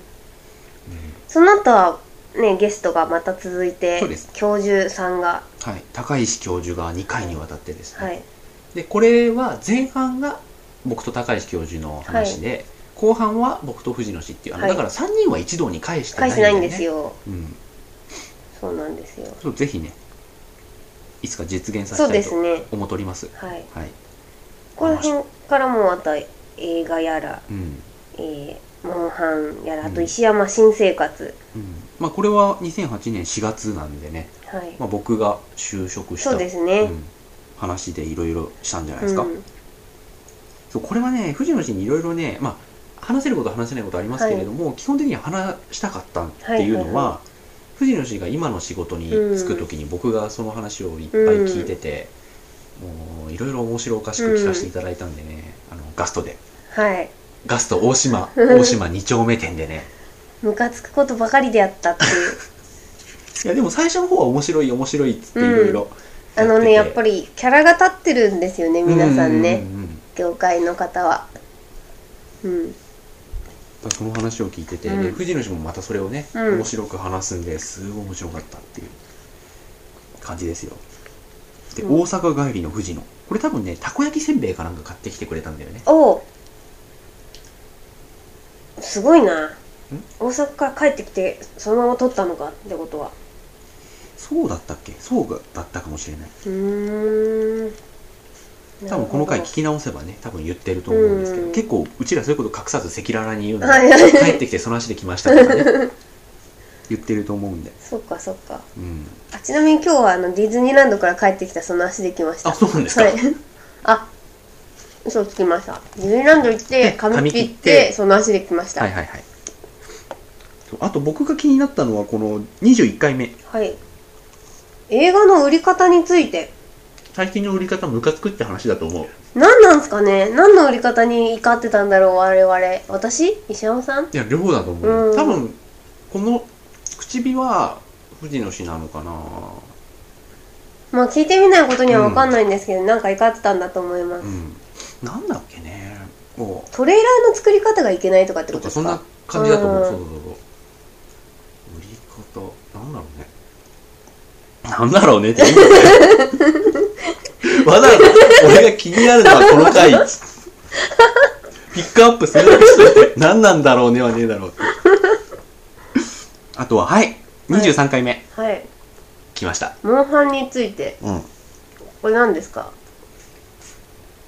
Speaker 2: その後はねゲストがまた続いて
Speaker 1: そうです
Speaker 2: 教授さんが
Speaker 1: うんはい、高石教授が2回にわたってですね、
Speaker 2: はい
Speaker 1: でこれは前半が僕と高石教授の話で、後半は僕と藤野氏っていうあの、
Speaker 2: はい
Speaker 1: だから3人は一堂に返してない
Speaker 2: 返
Speaker 1: ん
Speaker 2: し
Speaker 1: だ
Speaker 2: てないんです
Speaker 1: よね、
Speaker 2: よ
Speaker 1: うん、
Speaker 2: そうなんですよ
Speaker 1: そうぜひねいつか実現さ
Speaker 2: そ
Speaker 1: せ
Speaker 2: う
Speaker 1: たい
Speaker 2: で
Speaker 1: と
Speaker 2: すね
Speaker 1: 思っております
Speaker 2: はい
Speaker 1: はい、
Speaker 2: この辺からもまた映画やら
Speaker 1: うん
Speaker 2: えー、モンハンやらあと
Speaker 1: うん
Speaker 2: 石山新生活、
Speaker 1: うんまあ、これは2008年4月なんでね、
Speaker 2: はい
Speaker 1: まあ、僕が就職した
Speaker 2: そうですね、
Speaker 1: うん、話でいろいろしたんじゃないですか、
Speaker 2: うん
Speaker 1: そうこれはね藤野氏にいろいろね、まあ、話せること話せないことありますけれども、基本的には話したかったっていうのは,、
Speaker 2: はいはい
Speaker 1: 藤野氏が今の仕事に就く時に僕がその話をいっぱい聞いてて、もういろいろ面白おかしく聞かせていただいたんでね、あのガストで
Speaker 2: はい
Speaker 1: ガスト大 島大島2丁目店でね
Speaker 2: ムカつくことばかりであった っていう
Speaker 1: いやでも最初の方は面白い面白いっつっていろいろ
Speaker 2: あのねやっぱりキャラが立ってるんですよね皆さんね、
Speaker 1: ううううん
Speaker 2: 業界の方はうん
Speaker 1: やっぱその話を聞いてて、
Speaker 2: うん
Speaker 1: で藤野氏もまたそれをね、
Speaker 2: うん
Speaker 1: 面白く話すんですごい面白かったっていう感じですよで、
Speaker 2: うん
Speaker 1: 大阪帰りの藤野これ多分ねたこ焼きせんべいかなんか買ってきてくれたんだよね
Speaker 2: おうすごいな大阪から帰ってきてそのまま撮ったのかってことは
Speaker 1: そうだったっけそうだったかもしれないう
Speaker 2: ーん
Speaker 1: 多分この回聞き直せばね多分言ってると思うんですけど、
Speaker 2: うん
Speaker 1: 結構うちらそういうこと隠さず赤裸々に言うの
Speaker 2: は
Speaker 1: で
Speaker 2: いはい
Speaker 1: 帰ってきてその足で来ましたとか ね言ってると思うんで、
Speaker 2: そっかそっか
Speaker 1: うん、
Speaker 2: あちなみに今日はあのディズニーランドから帰ってきたその足で来ました
Speaker 1: あそうなんですか、
Speaker 2: はい、あ嘘つきましたディズニーランド行って髪
Speaker 1: 髪
Speaker 2: 切
Speaker 1: 切
Speaker 2: っ
Speaker 1: ってて
Speaker 2: その足で来ました
Speaker 1: はいはいはいそうあと僕が気になったのはこの21回目
Speaker 2: はい映画の売り方について
Speaker 1: 最近の売り方ムカつくって話だと思う
Speaker 2: 何なんですかね何の売り方に怒ってたんだろう我々私石山さん
Speaker 1: いや両方だと思うよ、
Speaker 2: うん
Speaker 1: 多分この口火は藤野氏なのかな
Speaker 2: まあ聞いてみないことには分かんないんですけど、なんか怒ってたんだと思います、
Speaker 1: うんなんだっけねも
Speaker 2: トレーラーの作り方がいけないとかって
Speaker 1: う
Speaker 2: こ
Speaker 1: か
Speaker 2: ととです
Speaker 1: そん
Speaker 2: か
Speaker 1: な感じだと思う、
Speaker 2: うん
Speaker 1: そうそうそう売り方なんだろうねなんだろうねって言うんだよわざわざ俺が気になるのはこの回ピックアップするだけしといて何なんだろうねはねえだろうってあとははい23回目、
Speaker 2: はい
Speaker 1: 来ました
Speaker 2: モンハンについて
Speaker 1: うん
Speaker 2: これ何で すかね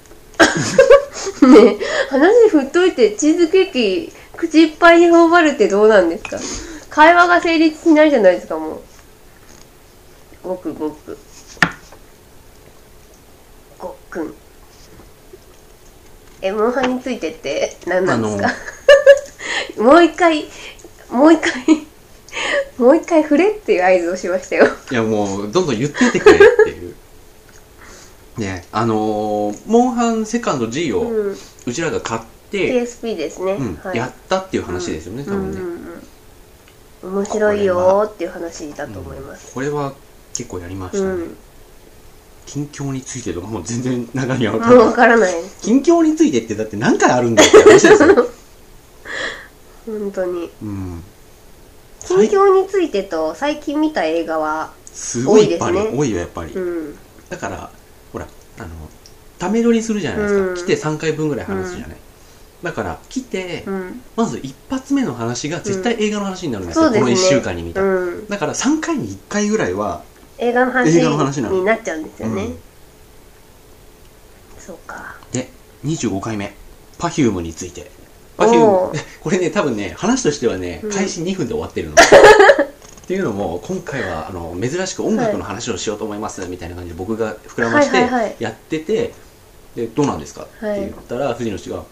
Speaker 2: え話振っといてチーズケーキ口いっぱいに頬張るってどうなんですか会話が成立しないじゃないですかもうごくごくごっくんえモンハンについてって何なんですか もう一回もう一回もう一回触れっていう合図をしましたよ
Speaker 1: いやもうどんどん言ってってくれっていうねあのーモンハンセカンド G を
Speaker 2: うん
Speaker 1: うちらが買って、
Speaker 2: PSP ですね、
Speaker 1: うん
Speaker 2: はい
Speaker 1: やったっていう話ですよね、多分ね、
Speaker 2: うんうんうん面白いよーっていう話だと思います。
Speaker 1: これは結構やりまし
Speaker 2: う
Speaker 1: たね、
Speaker 2: ん、
Speaker 1: 近況についてとかもう全然中には分
Speaker 2: も
Speaker 1: かん
Speaker 2: う
Speaker 1: ない
Speaker 2: わからないです。
Speaker 1: 近況についてってだって何回あるんだよって話ですよ、
Speaker 2: 本当に。
Speaker 1: うん、
Speaker 2: 近況についてと最近見た映画は、
Speaker 1: すごい
Speaker 2: 多い
Speaker 1: や
Speaker 2: で
Speaker 1: っぱ
Speaker 2: す
Speaker 1: り
Speaker 2: ね
Speaker 1: 多い,、よやっぱり、
Speaker 2: うん、
Speaker 1: だからほらあのため撮りするじゃないですか、
Speaker 2: うん
Speaker 1: 来て3回分ぐらい話すじゃない、だから来て、
Speaker 2: うん、
Speaker 1: まず一発目の話が絶対映画の話になるんですよ、
Speaker 2: うんそう
Speaker 1: こ
Speaker 2: です
Speaker 1: の
Speaker 2: ね
Speaker 1: 1週間に見た、
Speaker 2: うん。
Speaker 1: だから3回に1回ぐらいは、
Speaker 2: 映画の話
Speaker 1: 映画の話なの
Speaker 2: になっちゃうんですよね。
Speaker 1: うん
Speaker 2: そうか。
Speaker 1: で25回目 Perfume について
Speaker 2: おー
Speaker 1: Perfume これね多分ね話としてはね
Speaker 2: うん
Speaker 1: 開始2分で終わってる の、っていうのも今回はあの珍しく音楽の話をしようと思います、みたいな感じで僕が膨らまし
Speaker 2: はい
Speaker 1: て
Speaker 2: はいはい
Speaker 1: やってて、でどうなんですかって
Speaker 2: はい
Speaker 1: 言ったら、藤野氏が「うん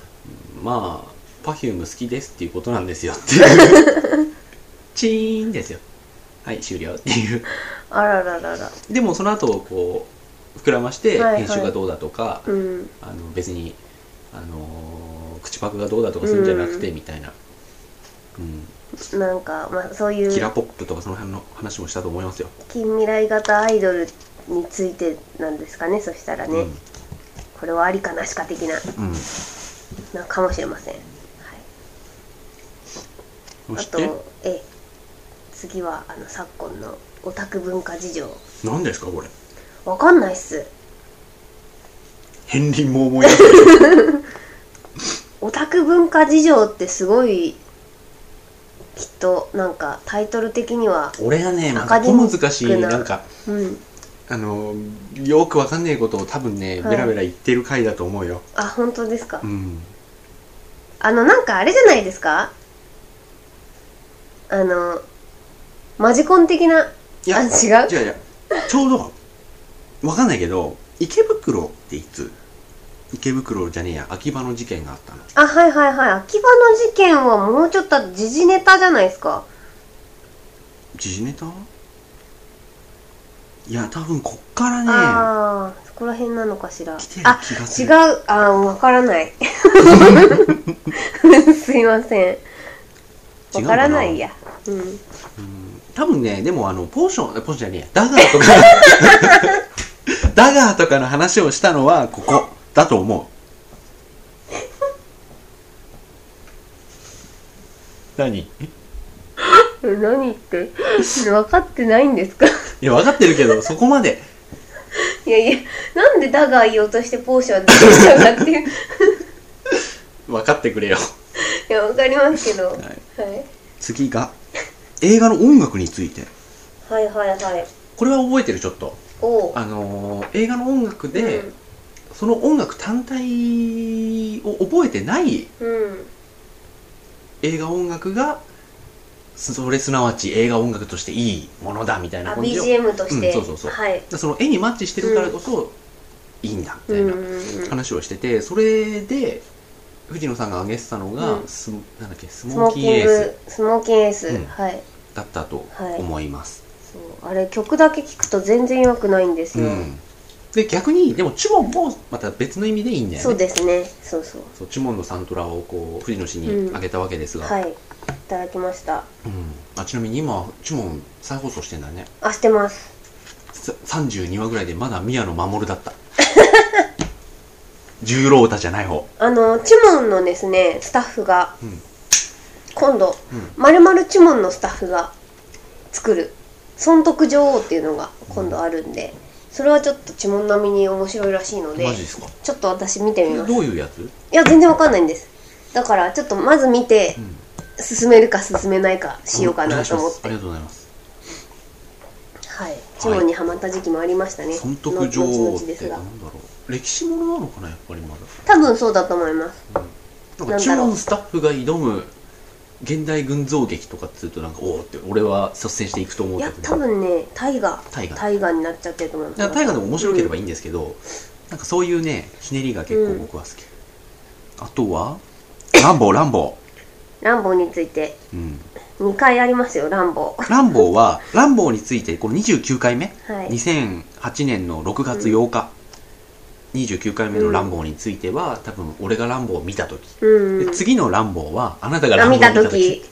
Speaker 1: まあ Perfume 好きです」っていうことなんですよっていう チーンですよはい終了っていう
Speaker 2: あらららら。
Speaker 1: でもその後こう膨らまして
Speaker 2: はいはい
Speaker 1: 編集がどうだとか、
Speaker 2: うん。
Speaker 1: あの別に、あのー口パクがどうだとかするんじゃなくて
Speaker 2: う
Speaker 1: みたいな、うん
Speaker 2: なんか、まあ、そうい
Speaker 1: キラ
Speaker 2: う
Speaker 1: ポップとかその辺の話もしたと思いますよ、
Speaker 2: 近未来型アイドルについてなんですかね、そしたらね。これはありかなしか的な、
Speaker 1: うん、うん、
Speaker 2: なかもしれません。はい、
Speaker 1: そ
Speaker 2: あ
Speaker 1: して
Speaker 2: と、ええ次は、あの、昨今のオタク文化事情。
Speaker 1: 何ですかこれ
Speaker 2: わかんないっす。
Speaker 1: 片鱗も思い出す
Speaker 2: オタク文化事情ってすごいきっとなんかタイトル的には
Speaker 1: 俺はねなん
Speaker 2: ア
Speaker 1: か
Speaker 2: カデ
Speaker 1: 小
Speaker 2: ミックな
Speaker 1: 難しいなんか
Speaker 2: うん
Speaker 1: あのーよくわかんないことを多分ね
Speaker 2: はい
Speaker 1: ベラベラ言ってる回だと思うよ、
Speaker 2: あ本当ですか
Speaker 1: うん
Speaker 2: あのなんかあれじゃないですかあのマジコン的ないあ違う
Speaker 1: 違う違うちょうどわかんないけど池袋っていつ池袋じゃねえや秋葉の事件があったの
Speaker 2: あはいはいはい秋葉の事件はもうちょっと後時事ネタじゃないですか
Speaker 1: 時事ネタいや多分こっからね
Speaker 2: ああそこら辺なのかしら
Speaker 1: 来てる
Speaker 2: あ
Speaker 1: 気がす
Speaker 2: 違
Speaker 1: る
Speaker 2: うあわからない すいませんわからないやうん
Speaker 1: うん多分ねでもあのポーションえポーションじゃねえやダガーとか ダガーとかの話をしたのはここだと思う何い
Speaker 2: え何言って分かってないんですか
Speaker 1: や分かってるけどそこまで
Speaker 2: いやいやなんでダガー言おうとしてポーション出てきたのかっていう い
Speaker 1: 分かってくれよ
Speaker 2: や分かりますけど、はいい
Speaker 1: 次が映画の音楽について
Speaker 2: はい、はいはい
Speaker 1: これは覚えてるちょっと
Speaker 2: おう
Speaker 1: あのー映画の音楽で、
Speaker 2: うん
Speaker 1: その音楽単体を覚えてない
Speaker 2: うん
Speaker 1: 映画音楽がそれすなわち映画音楽としていいものだみたい
Speaker 2: あ
Speaker 1: な感じを
Speaker 2: BGM として、
Speaker 1: うんそうそうそう
Speaker 2: はい
Speaker 1: その絵にマッチしてるからこそいいんだみたい
Speaker 2: うんう
Speaker 1: なん
Speaker 2: うん
Speaker 1: 話をしててそれで藤野さんが挙げてたのが、
Speaker 2: うん
Speaker 1: スなんだっけス
Speaker 2: ス
Speaker 1: モ
Speaker 2: モ
Speaker 1: ー
Speaker 2: ー
Speaker 1: キ
Speaker 2: キ
Speaker 1: ーエ
Speaker 2: ン
Speaker 1: ース
Speaker 2: グスモーキンエース、
Speaker 1: うん
Speaker 2: はい
Speaker 1: だったと思います、
Speaker 2: そうあれ曲だけ聞くと全然良くないんですよ、
Speaker 1: うん、で逆にでもチュモンもまた別の意味でいいんだよね
Speaker 2: そうですねそうそう
Speaker 1: そうチュモンのサントラをこう藤野氏にあげたわけですが、
Speaker 2: はいいただきました
Speaker 1: うんあちなみに今チュモン再放送してんだね
Speaker 2: あしてます
Speaker 1: さ32話ぐらいでまだ宮野守だった 十郎太じゃない方
Speaker 2: あのチュモンのですねスタッフが、
Speaker 1: うん
Speaker 2: 今度
Speaker 1: うん
Speaker 2: まるまるチュモンのスタッフが作る尊徳女王っていうのが今度あるんで、それはちょっとチュモン並みに面白いらしいので
Speaker 1: マジですか
Speaker 2: ちょっと私見てみます
Speaker 1: どういうやつ、
Speaker 2: いや全然わかんないんですだからちょっとまず見て
Speaker 1: うん、
Speaker 2: 進めるか進めないかしようかなと思っ
Speaker 1: お願いします
Speaker 2: て
Speaker 1: ありがとうございます
Speaker 2: はいチュモンにはまった時期もありましたね
Speaker 1: 尊徳女王
Speaker 2: 後
Speaker 1: っ
Speaker 2: 々です
Speaker 1: てな
Speaker 2: が
Speaker 1: んだろう歴史ものなのかなやっぱりまだ
Speaker 2: 多分そうだと思います
Speaker 1: なんか
Speaker 2: なん
Speaker 1: チュ
Speaker 2: だろ
Speaker 1: モ
Speaker 2: う
Speaker 1: ンスタッフが挑む現代群像劇とかっつうとなんかおおって俺は率先していくと思う
Speaker 2: い
Speaker 1: けど
Speaker 2: や多分ね大河
Speaker 1: 大河
Speaker 2: 大河になっちゃってると思います
Speaker 1: だから大河でも面白ければいいんですけど、なんかそういうねひねりが結構僕は好き、あとはランボーランボ
Speaker 2: ランボーについて
Speaker 1: ー、うん、
Speaker 2: 2回ありますよランボー
Speaker 1: ランボーは、ランボーについて、この29回目、
Speaker 2: はい
Speaker 1: 2008年の6月8日、29回目のランボーについては、多分俺がランボーを見たとき、
Speaker 2: うん
Speaker 1: で次のランボーは、あなたがラ
Speaker 2: あ
Speaker 1: ンボーを
Speaker 2: 見
Speaker 1: 見た
Speaker 2: た
Speaker 1: とき、
Speaker 2: 時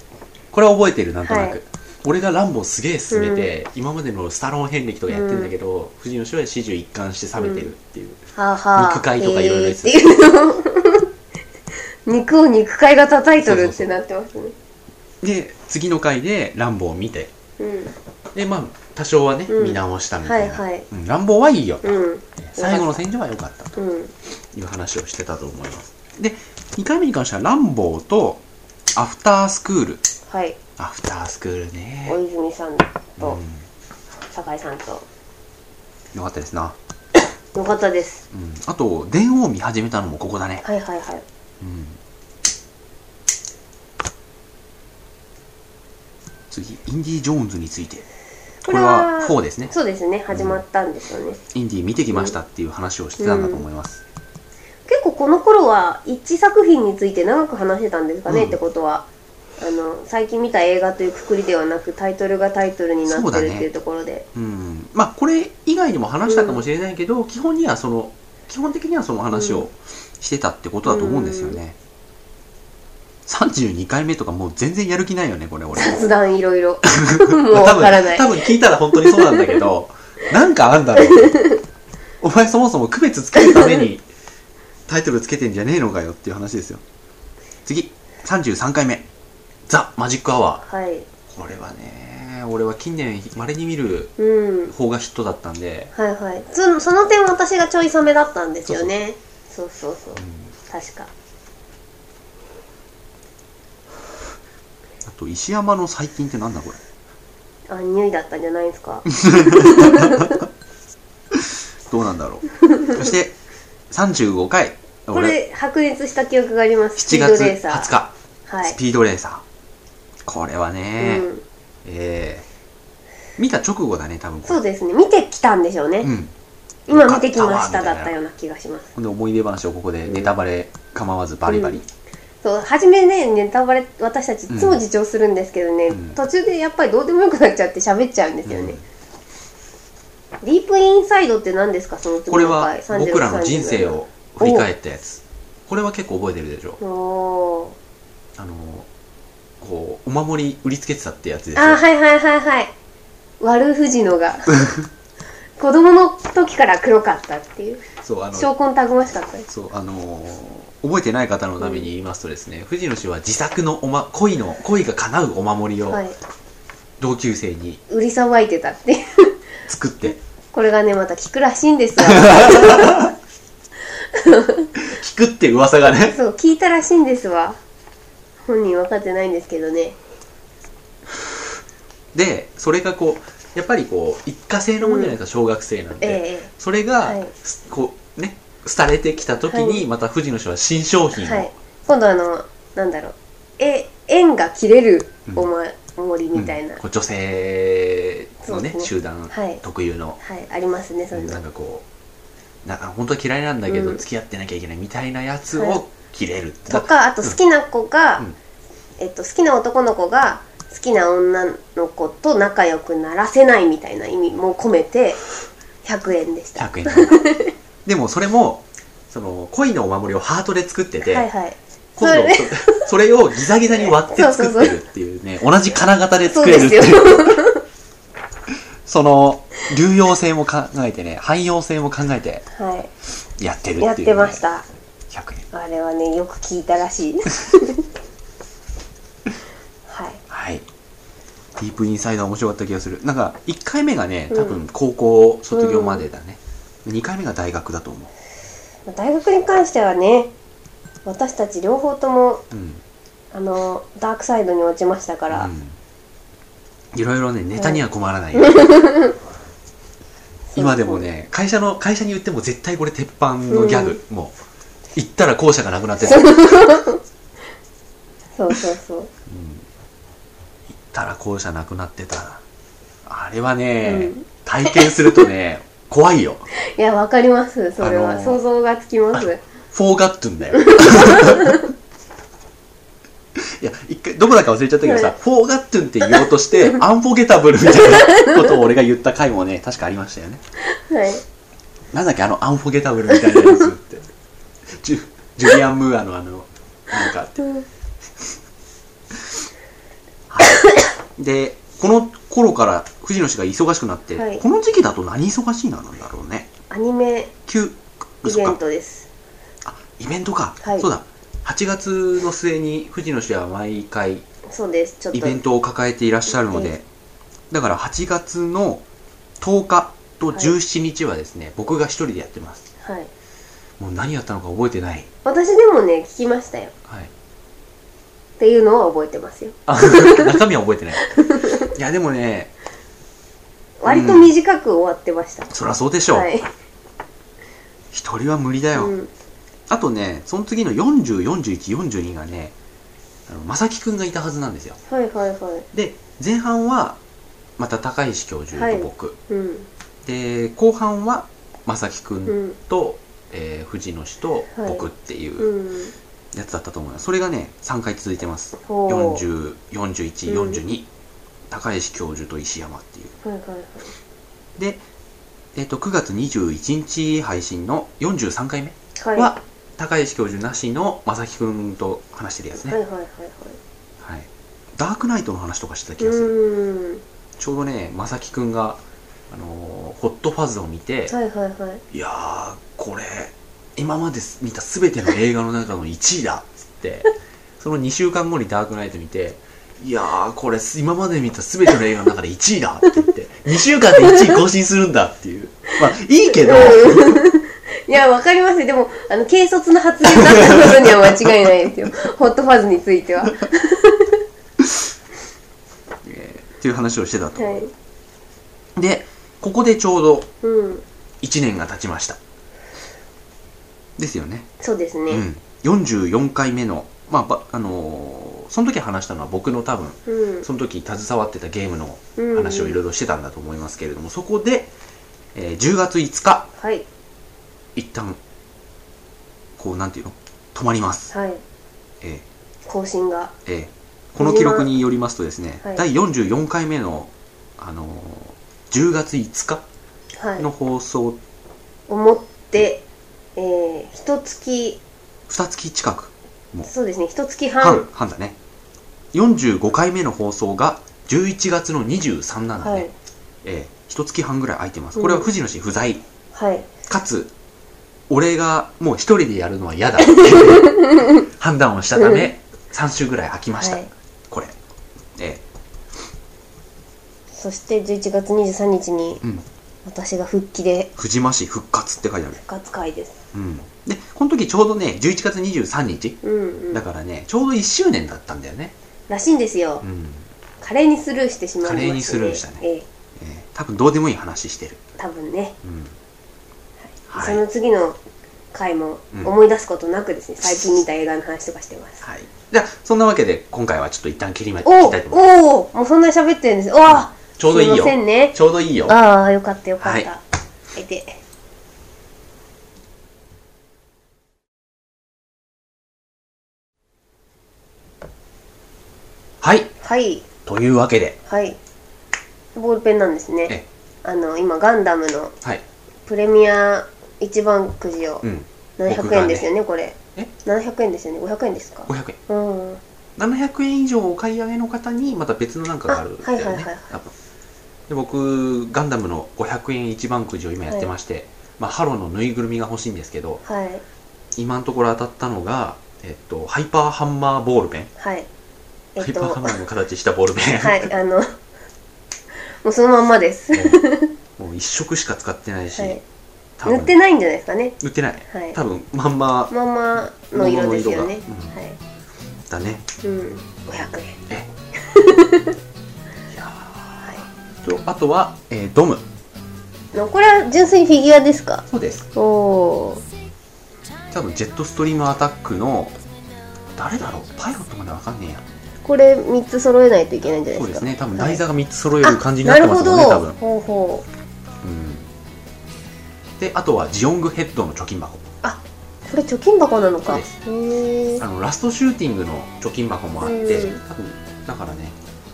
Speaker 1: これは覚えてる、なんとなく。
Speaker 2: はい
Speaker 1: 俺がランボーすげえ進めて、今までのスタローン遍歴とかやってんだけど、藤野翔は始終一貫して冷めてるっていう、
Speaker 2: はあはあ、
Speaker 1: 肉塊とかいろいろ言っ
Speaker 2: えーってていうの肉を肉塊が叩いとるってなってますね
Speaker 1: で次の回でランボーを見て
Speaker 2: うん
Speaker 1: でまあ多少はね、
Speaker 2: うん
Speaker 1: 見直したみたいな、
Speaker 2: はいはい
Speaker 1: うん、乱暴はいいよ、
Speaker 2: うん
Speaker 1: 最後の戦場は良かったと
Speaker 2: うん
Speaker 1: いう話をしてたと思いますで2回目に関しては乱暴とアフタースクール
Speaker 2: はい
Speaker 1: アフタースクールね
Speaker 2: 大泉さん
Speaker 1: う
Speaker 2: と
Speaker 1: ん
Speaker 2: 酒井さんと
Speaker 1: よかったですな、
Speaker 2: よかったです
Speaker 1: うん、あと電王見始めたのもここだね、
Speaker 2: はいはいはい
Speaker 1: うん、次インディ・ジョーンズについてこれは4ですね
Speaker 2: そうですね始まったんですよね、
Speaker 1: インディ見てきましたっていう話をしてたんだと思います、
Speaker 2: 結構この頃は一作品について長く話してたんですかね、
Speaker 1: うん
Speaker 2: ってことはあの最近見た映画というくくりではなくタイトルがタイトルに
Speaker 1: そ
Speaker 2: なっ
Speaker 1: うだ
Speaker 2: てる
Speaker 1: ね
Speaker 2: っていうところで、
Speaker 1: うん、まあこれ以外にも話したかもしれないけど、基本にはその基本的にはその話をしてたってことだと思うんですよね、32回目とかもう全然やる気ないよねこれ俺
Speaker 2: 雑談いろ いろもうわからない
Speaker 1: 多分多分聞いたら本当にそうなんだけど なんかあんだろうお前そもそも区別つけるためにタイトルつけてんじゃねえのかよっていう話ですよ次33回目「ザ・マジック・アワ
Speaker 2: はい
Speaker 1: ー」これはね俺は近年まれに見る
Speaker 2: うん
Speaker 1: 方がヒットだったんで
Speaker 2: はいはいそその点私がちょい冷めだったんですよねそうそうそう確か
Speaker 1: あと石山の最近ってなんだこれ
Speaker 2: あ匂いだったんじゃないですか
Speaker 1: どうなんだろ うそして35回
Speaker 2: これ白熱した記憶があります
Speaker 1: 7月
Speaker 2: スピードレーサー
Speaker 1: 20日
Speaker 2: はい
Speaker 1: スピードレーサー、これはね、
Speaker 2: うん、
Speaker 1: えー見た直後だね多分これ
Speaker 2: そうですね見てきたんでしょうね、
Speaker 1: うん
Speaker 2: 今見てきました
Speaker 1: よかったわみたいな
Speaker 2: だったような気がします
Speaker 1: ほんで思い出話をここでネタバレ構わずバリバリ、
Speaker 2: そう初めねネタバレ私たちいつも自重するんですけどね、
Speaker 1: うん
Speaker 2: 途中でやっぱりどうでもよくなっちゃって喋っちゃうんですよ
Speaker 1: う
Speaker 2: ね、
Speaker 1: ん
Speaker 2: ディープインサイドって何ですかその次
Speaker 1: これ
Speaker 2: の
Speaker 1: は
Speaker 2: 回
Speaker 1: 僕らの
Speaker 2: 36
Speaker 1: 人生を振り返ったやつこれは結構覚えてるでしょ
Speaker 2: お
Speaker 1: あのこうお守り売りつけてたってやつで
Speaker 2: ー
Speaker 1: すよ
Speaker 2: あーはいはいはいはい悪藤 野が子供の時から黒かったっていう
Speaker 1: そうあの
Speaker 2: 証拠たくましかったです
Speaker 1: そうあのー覚えてない方のために言いますとですね、藤野氏は自作のお、ま、恋の恋が叶うお守りを
Speaker 2: はい
Speaker 1: 同級生に
Speaker 2: 売りさばいてたっていう
Speaker 1: 作って、
Speaker 2: これがねまた聞くらしいんですわ
Speaker 1: 聞くって噂がね
Speaker 2: そう聞いたらしいんですわ本人分かってないんですけどね
Speaker 1: でそれがこうやっぱりこう一過性のものじゃないですか、小学生なんで、
Speaker 2: え
Speaker 1: それが、
Speaker 2: はい
Speaker 1: すこうね廃れてきた時に、
Speaker 2: はい
Speaker 1: また藤野氏は新商
Speaker 2: え
Speaker 1: 品を、
Speaker 2: はい今度あのなんだろうえ縁が切れるおま、森みたいな、
Speaker 1: うんこう女性のね
Speaker 2: そうそう
Speaker 1: 集団
Speaker 2: はい
Speaker 1: 特有の、
Speaker 2: はいありますねそん
Speaker 1: な
Speaker 2: なん
Speaker 1: かこうな本当は嫌いなんだけど、
Speaker 2: うん
Speaker 1: 付き合ってなきゃいけないみたいなやつ
Speaker 2: はい
Speaker 1: を切れるって、
Speaker 2: とかあと好きな子が、
Speaker 1: うん
Speaker 2: えっと、好きな男の子が好きな女の子と仲良くならせないみたいな意味も込めて100円でした
Speaker 1: 100円だ からでもそれもその恋のお守りをハートで作ってて、
Speaker 2: はいはい
Speaker 1: 今度
Speaker 2: そ
Speaker 1: そそれをギザギザに割って作ってるっていうね同じ金型で作れ るっていうその流用性も考えてね汎用性も考えて
Speaker 2: は
Speaker 1: やってるっていう、
Speaker 2: いやってました
Speaker 1: 100円
Speaker 2: あれはねよく聞いた らしいはい
Speaker 1: はいディープインサイドは面白かった気がするなんか1回目がね多
Speaker 2: う
Speaker 1: 分高校卒業までだね、2回目が大学だと思
Speaker 2: まあ大学に関してはね私たち両方とも
Speaker 1: ううん
Speaker 2: あのダークサイドに落ちましたから、
Speaker 1: うん、いろいろねネタには困ら ない、
Speaker 2: そう
Speaker 1: 今でもね会社の会社に言っても絶対これ鉄板のギャグ、もう行ったら校舎がなくな ってた、うん、行っ
Speaker 2: そうそうそう、
Speaker 1: たら校舎なくなってたあれはね、
Speaker 2: うん
Speaker 1: 体験すると ね怖いよ
Speaker 2: いやわかりますそれは、
Speaker 1: あのー
Speaker 2: 想像がつきます
Speaker 1: フォーガットゥンだ よいや一回どこだか忘れちゃったけどさ、
Speaker 2: はい
Speaker 1: フォーガットゥンって言おうと してアンフォゲタブルみたいなことを俺が言った回もね確かありましたよね
Speaker 2: はい
Speaker 1: なんだっけあのアンフォゲタブルみたいなやつって ジュジュリアン・ムーアのあのなんか
Speaker 2: うん
Speaker 1: でこの頃から藤野氏が忙しくなって、
Speaker 2: はい
Speaker 1: この時期だと何忙しいなのだろうね
Speaker 2: アニメ
Speaker 1: 急
Speaker 2: イ
Speaker 1: そっ
Speaker 2: ベ
Speaker 1: か
Speaker 2: ントです
Speaker 1: あイベントか、
Speaker 2: はい
Speaker 1: そうだ8月の末に藤野氏は毎回
Speaker 2: そうですちょっと
Speaker 1: イベントを抱えていらっしゃるので、
Speaker 2: うん
Speaker 1: だから8月の10日と
Speaker 2: はい
Speaker 1: 17日はですね、僕が一人でやってます
Speaker 2: はい
Speaker 1: もう何やったのか覚えてない、
Speaker 2: 私でもね聞きましたよ
Speaker 1: はい、
Speaker 2: っていうのは覚えてますよ
Speaker 1: あ中身は覚 えてないいやでもね
Speaker 2: 割と短く終わってました、
Speaker 1: そりゃそうでしょう、
Speaker 2: はい、
Speaker 1: 一人は無理だよ、
Speaker 2: うん、
Speaker 1: あとねその次の404142がねあの正木くんがいたはずなんですよ
Speaker 2: はいはいは
Speaker 1: で前半はまた高石教授と僕、
Speaker 2: いうん
Speaker 1: で後半は正木く
Speaker 2: うんん
Speaker 1: と、えー藤野氏と
Speaker 2: はい
Speaker 1: 僕っていう
Speaker 2: うん
Speaker 1: やつだったと思います、それがね3回続いてます
Speaker 2: ほうはい
Speaker 1: 404142、高石教授と石山っていう
Speaker 2: はいはい
Speaker 1: で、えっと9月21日配信の43回目
Speaker 2: はい
Speaker 1: は、高石教授なしの正木くんと話してるやつね、
Speaker 2: は
Speaker 1: はいい
Speaker 2: はいはいはい
Speaker 1: ダークナイトの話とかしてた気がする、
Speaker 2: うん
Speaker 1: ちょうどね正木くんが、あのーホットファズを見て、
Speaker 2: はいはいはい
Speaker 1: いやーこれ今まで見た全ての映画の中の1位だっつって その2週間後に「ダークナイト」見ていやーこれ今まで見た全ての映画の中で1位だって言って2週間で1位更新するんだっていうまあいい けど
Speaker 2: いや、わかりますよ。でも、あの、軽率な発言だったことには間違いないですよ。 ホットファズについては。は
Speaker 1: えーっていう話をしてたと、
Speaker 2: い。
Speaker 1: でここでちょうど
Speaker 2: うん。
Speaker 1: 1年が経ちましたですよね
Speaker 2: そうですね。
Speaker 1: うん44回目のまあばあのーその時話したのは僕の多分
Speaker 2: うん。
Speaker 1: その時携わってたゲームの
Speaker 2: うん
Speaker 1: 話をいろいろしてたんだと思いますけれども、そこで、えー10月5日、
Speaker 2: はい。
Speaker 1: 一旦、こう、なんていうの止まります。
Speaker 2: はい。
Speaker 1: え
Speaker 2: 更新が。
Speaker 1: ーえーこの記録によりますとですね、
Speaker 2: はい
Speaker 1: 第44回目の、あのー10月5
Speaker 2: は
Speaker 1: 日の
Speaker 2: い。
Speaker 1: 放送、
Speaker 2: 思って、えー、一月、
Speaker 1: 2月近く、
Speaker 2: そうですね、一月
Speaker 1: 半、
Speaker 2: 半。
Speaker 1: 半だね。45回目の放送が11月の23なんでね、
Speaker 2: はい。
Speaker 1: えー、1月半ぐらい空いてます。これは藤野氏不在。
Speaker 2: はい。
Speaker 1: かつ俺がもう一人でやるのは嫌 だっていう判断をしたため3週ぐらい空きました、
Speaker 2: はい
Speaker 1: これえ
Speaker 2: そして、11月23日に
Speaker 1: え、うん
Speaker 2: 私が復帰で、
Speaker 1: 藤間氏復活って書いてある、
Speaker 2: 復活会です。
Speaker 1: うん、でこの時ちょうどね11月23日
Speaker 2: うんう
Speaker 1: だ
Speaker 2: ん。
Speaker 1: からねちょうど1周年だったんだよね、
Speaker 2: らしいんですよ
Speaker 1: う。ん
Speaker 2: 華麗にスルーしてしまいました、ね。
Speaker 1: 華麗にスルーしたね
Speaker 2: ええ
Speaker 1: ええ多分どうでもいい話してる、
Speaker 2: 多分ね。
Speaker 1: うんは
Speaker 2: そ
Speaker 1: い
Speaker 2: の次の回も
Speaker 1: うん
Speaker 2: 思い出すことなくですね、最近見た映画の話とかしてます。
Speaker 1: はい、じゃあそんなわけで今回はちょっと一旦切りま切
Speaker 2: お
Speaker 1: り
Speaker 2: お
Speaker 1: たいと思いま
Speaker 2: おーもうそんなに喋ってるんです。うわ
Speaker 1: すちょうどいい
Speaker 2: すい
Speaker 1: よ
Speaker 2: ませんね。
Speaker 1: ちょうどいいよ
Speaker 2: ああ、よかったよかった。
Speaker 1: は
Speaker 2: 相手。
Speaker 1: はい
Speaker 2: はい、
Speaker 1: というわけで
Speaker 2: はい。ボールペンなんですね
Speaker 1: え。
Speaker 2: あの、今、ガンダムの
Speaker 1: はい
Speaker 2: プレミア一番くじを
Speaker 1: うん僕
Speaker 2: 700
Speaker 1: が
Speaker 2: 円
Speaker 1: ね
Speaker 2: ですよね、これ。
Speaker 1: え
Speaker 2: ?700 円ですよね。500円ですか
Speaker 1: 500円
Speaker 2: うん。は
Speaker 1: 700円以上お買い上げの方にまた別のなんかがあるんだよね、
Speaker 2: あはいはいはいはい
Speaker 1: 多分で僕ガンダムの500円一番くじを今やってまして、まあ、ハローのぬいぐるみが欲しいんですけど
Speaker 2: い。
Speaker 1: 今のところ当たったのが、えっと、ハイパーハンマーボールペン、
Speaker 2: はい。え
Speaker 1: ハ
Speaker 2: っ
Speaker 1: イ
Speaker 2: と、
Speaker 1: パーハンマ
Speaker 2: は
Speaker 1: ーの形したボールペン、
Speaker 2: い、あの、 もうそのまんまです。
Speaker 1: もう一色しか使ってないし、
Speaker 2: はい。
Speaker 1: 多分
Speaker 2: 塗ってないんじゃないですかね。
Speaker 1: 塗ってない
Speaker 2: はい。
Speaker 1: 多分まんま
Speaker 2: まんまの色ですよね
Speaker 1: まん。まの色が
Speaker 2: はい。
Speaker 1: だね
Speaker 2: うん。五百円。
Speaker 1: いや
Speaker 2: は
Speaker 1: ーとあとは、えードム
Speaker 2: い。のこれは純粋にフィギュアですか。
Speaker 1: そうです
Speaker 2: おお。
Speaker 1: 多分ジェットストリームアタックの誰だろうパイロットまでわかんねえや
Speaker 2: これ三つ揃えないといけないんじゃな
Speaker 1: そ
Speaker 2: いうで
Speaker 1: ですす
Speaker 2: か。
Speaker 1: ね多分
Speaker 2: はい
Speaker 1: 台座が3つ揃える感じになってますよね、
Speaker 2: あな
Speaker 1: 多
Speaker 2: る
Speaker 1: 分、
Speaker 2: ほど。ほうほう。
Speaker 1: うん、であとはジオングヘッドの貯金箱
Speaker 2: これ貯金箱なのか。
Speaker 1: そう
Speaker 2: へ
Speaker 1: です
Speaker 2: え
Speaker 1: あ。のラストシューティングの貯金箱もあって、
Speaker 2: うん
Speaker 1: 多分だからね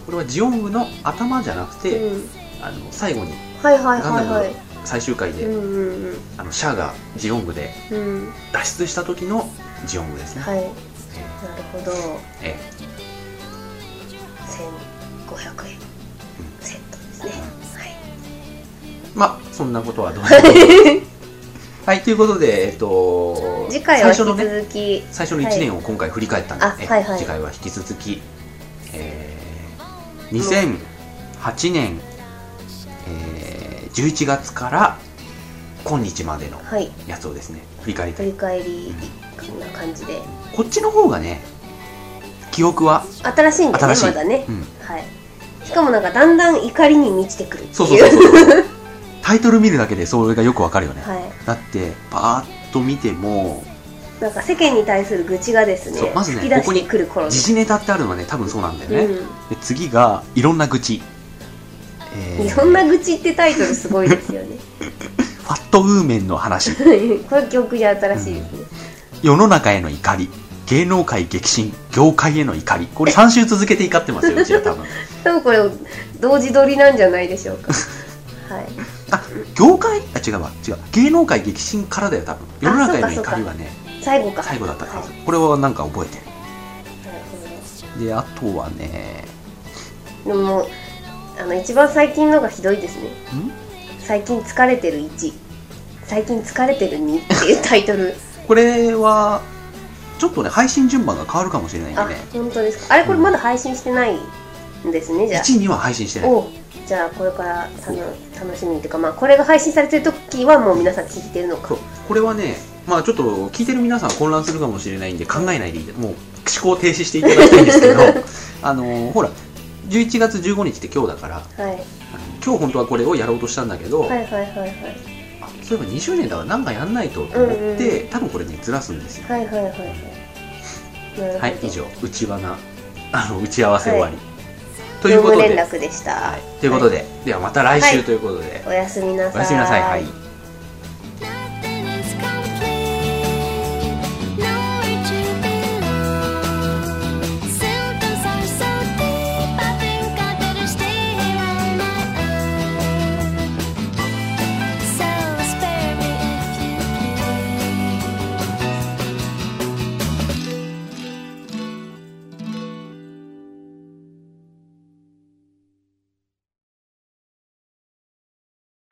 Speaker 1: これはジオングの頭じゃなくて、
Speaker 2: うん
Speaker 1: あの最後に
Speaker 2: はいはい
Speaker 1: ガ
Speaker 2: は
Speaker 1: ンダ
Speaker 2: いは
Speaker 1: ム
Speaker 2: い。
Speaker 1: 最終回で、
Speaker 2: うんうん
Speaker 1: あのシャアがジオングで
Speaker 2: うん。うん。
Speaker 1: 脱出した時のジオングですね、
Speaker 2: はい。
Speaker 1: え
Speaker 2: なるほど。
Speaker 1: ええ
Speaker 2: 千五百円。
Speaker 1: え
Speaker 2: セットですねはい
Speaker 1: まあそんなことはどうで もはいということでえっと
Speaker 2: 次回は
Speaker 1: 最初の
Speaker 2: 引き
Speaker 1: ね
Speaker 2: 続き
Speaker 1: 最初の1年を今回振り返った
Speaker 2: は
Speaker 1: の
Speaker 2: い
Speaker 1: で、
Speaker 2: あはいはい
Speaker 1: 次回は引き続き、えー2008年、えー11月から今日までの
Speaker 2: はい
Speaker 1: やつをですね振り返りた
Speaker 2: 振
Speaker 1: い
Speaker 2: り返りこんな感じで
Speaker 1: こっちの方がね記憶は、
Speaker 2: 新しいんだね
Speaker 1: 新しい
Speaker 2: まだね
Speaker 1: うん、
Speaker 2: はいしかもなんかだんだん怒りに満ちてくるっていう
Speaker 1: そうそうそうそう タイトル見るだけでそれがよくわかるよね、
Speaker 2: はい
Speaker 1: だってパーッと見ても
Speaker 2: なんか世間に対する愚痴がですね
Speaker 1: そうまずね
Speaker 2: 吹き出してくる頃
Speaker 1: 時事ネタってあるのはね多分そうなんだよね、
Speaker 2: うん
Speaker 1: で次がいろんな愚痴、えー
Speaker 2: いろんな愚痴ってタイトルすごいですよね
Speaker 1: ファットウーメンの話
Speaker 2: これ記憶に新しいですね、
Speaker 1: 世の中への怒り芸能界激震業界への怒りこれ3週続けて怒ってますようちは多 分
Speaker 2: 多分これ同時撮りなんじゃないでしょう かはい
Speaker 1: あ業界あ違うわ違う芸能界激震からだよ多分世の中への
Speaker 2: そうか
Speaker 1: 怒りはね
Speaker 2: 最後か
Speaker 1: 最後だったは
Speaker 2: はい
Speaker 1: ずこれはなんか覚えて
Speaker 2: なるほ
Speaker 1: るであとはね
Speaker 2: どでももうあの一番最近のがひどいですね
Speaker 1: ん
Speaker 2: 最近疲れてる1最近疲れてる2って いうタイトル
Speaker 1: これはちょっとね配信順番が変わるかもしれないん
Speaker 2: あ
Speaker 1: でね
Speaker 2: 本当ですかあれこれまだ配信してないんですねじゃあ
Speaker 1: 1位には配信してない
Speaker 2: おじゃあこれから楽楽しみというかまあこれが配信されてる時はもう皆さん聞いてるの
Speaker 1: そ
Speaker 2: か
Speaker 1: うこれはねまあちょっと聞いてる皆さん混乱するかもしれないんで考えないでいいもう思考停止していただきたいんですけど あのーほら11月15日って今日だから
Speaker 2: はい
Speaker 1: あの今日本当はこれをやろうとしたんだけど、
Speaker 2: はいはいはいはい
Speaker 1: あそういえば20年だからなんかやんないとと思って、
Speaker 2: うん
Speaker 1: 多分これねずらすんですよ
Speaker 2: はいはいはいはいなるほど。
Speaker 1: はい以上内輪なあの打ち合わせ終わり、とい
Speaker 2: 業
Speaker 1: うこ
Speaker 2: 務
Speaker 1: と
Speaker 2: 連
Speaker 1: で、
Speaker 2: 絡でした。
Speaker 1: はい、ということで、ではまた来
Speaker 2: は
Speaker 1: 週
Speaker 2: い
Speaker 1: ということで、
Speaker 2: おやすみなさ
Speaker 1: おやすみなさいはい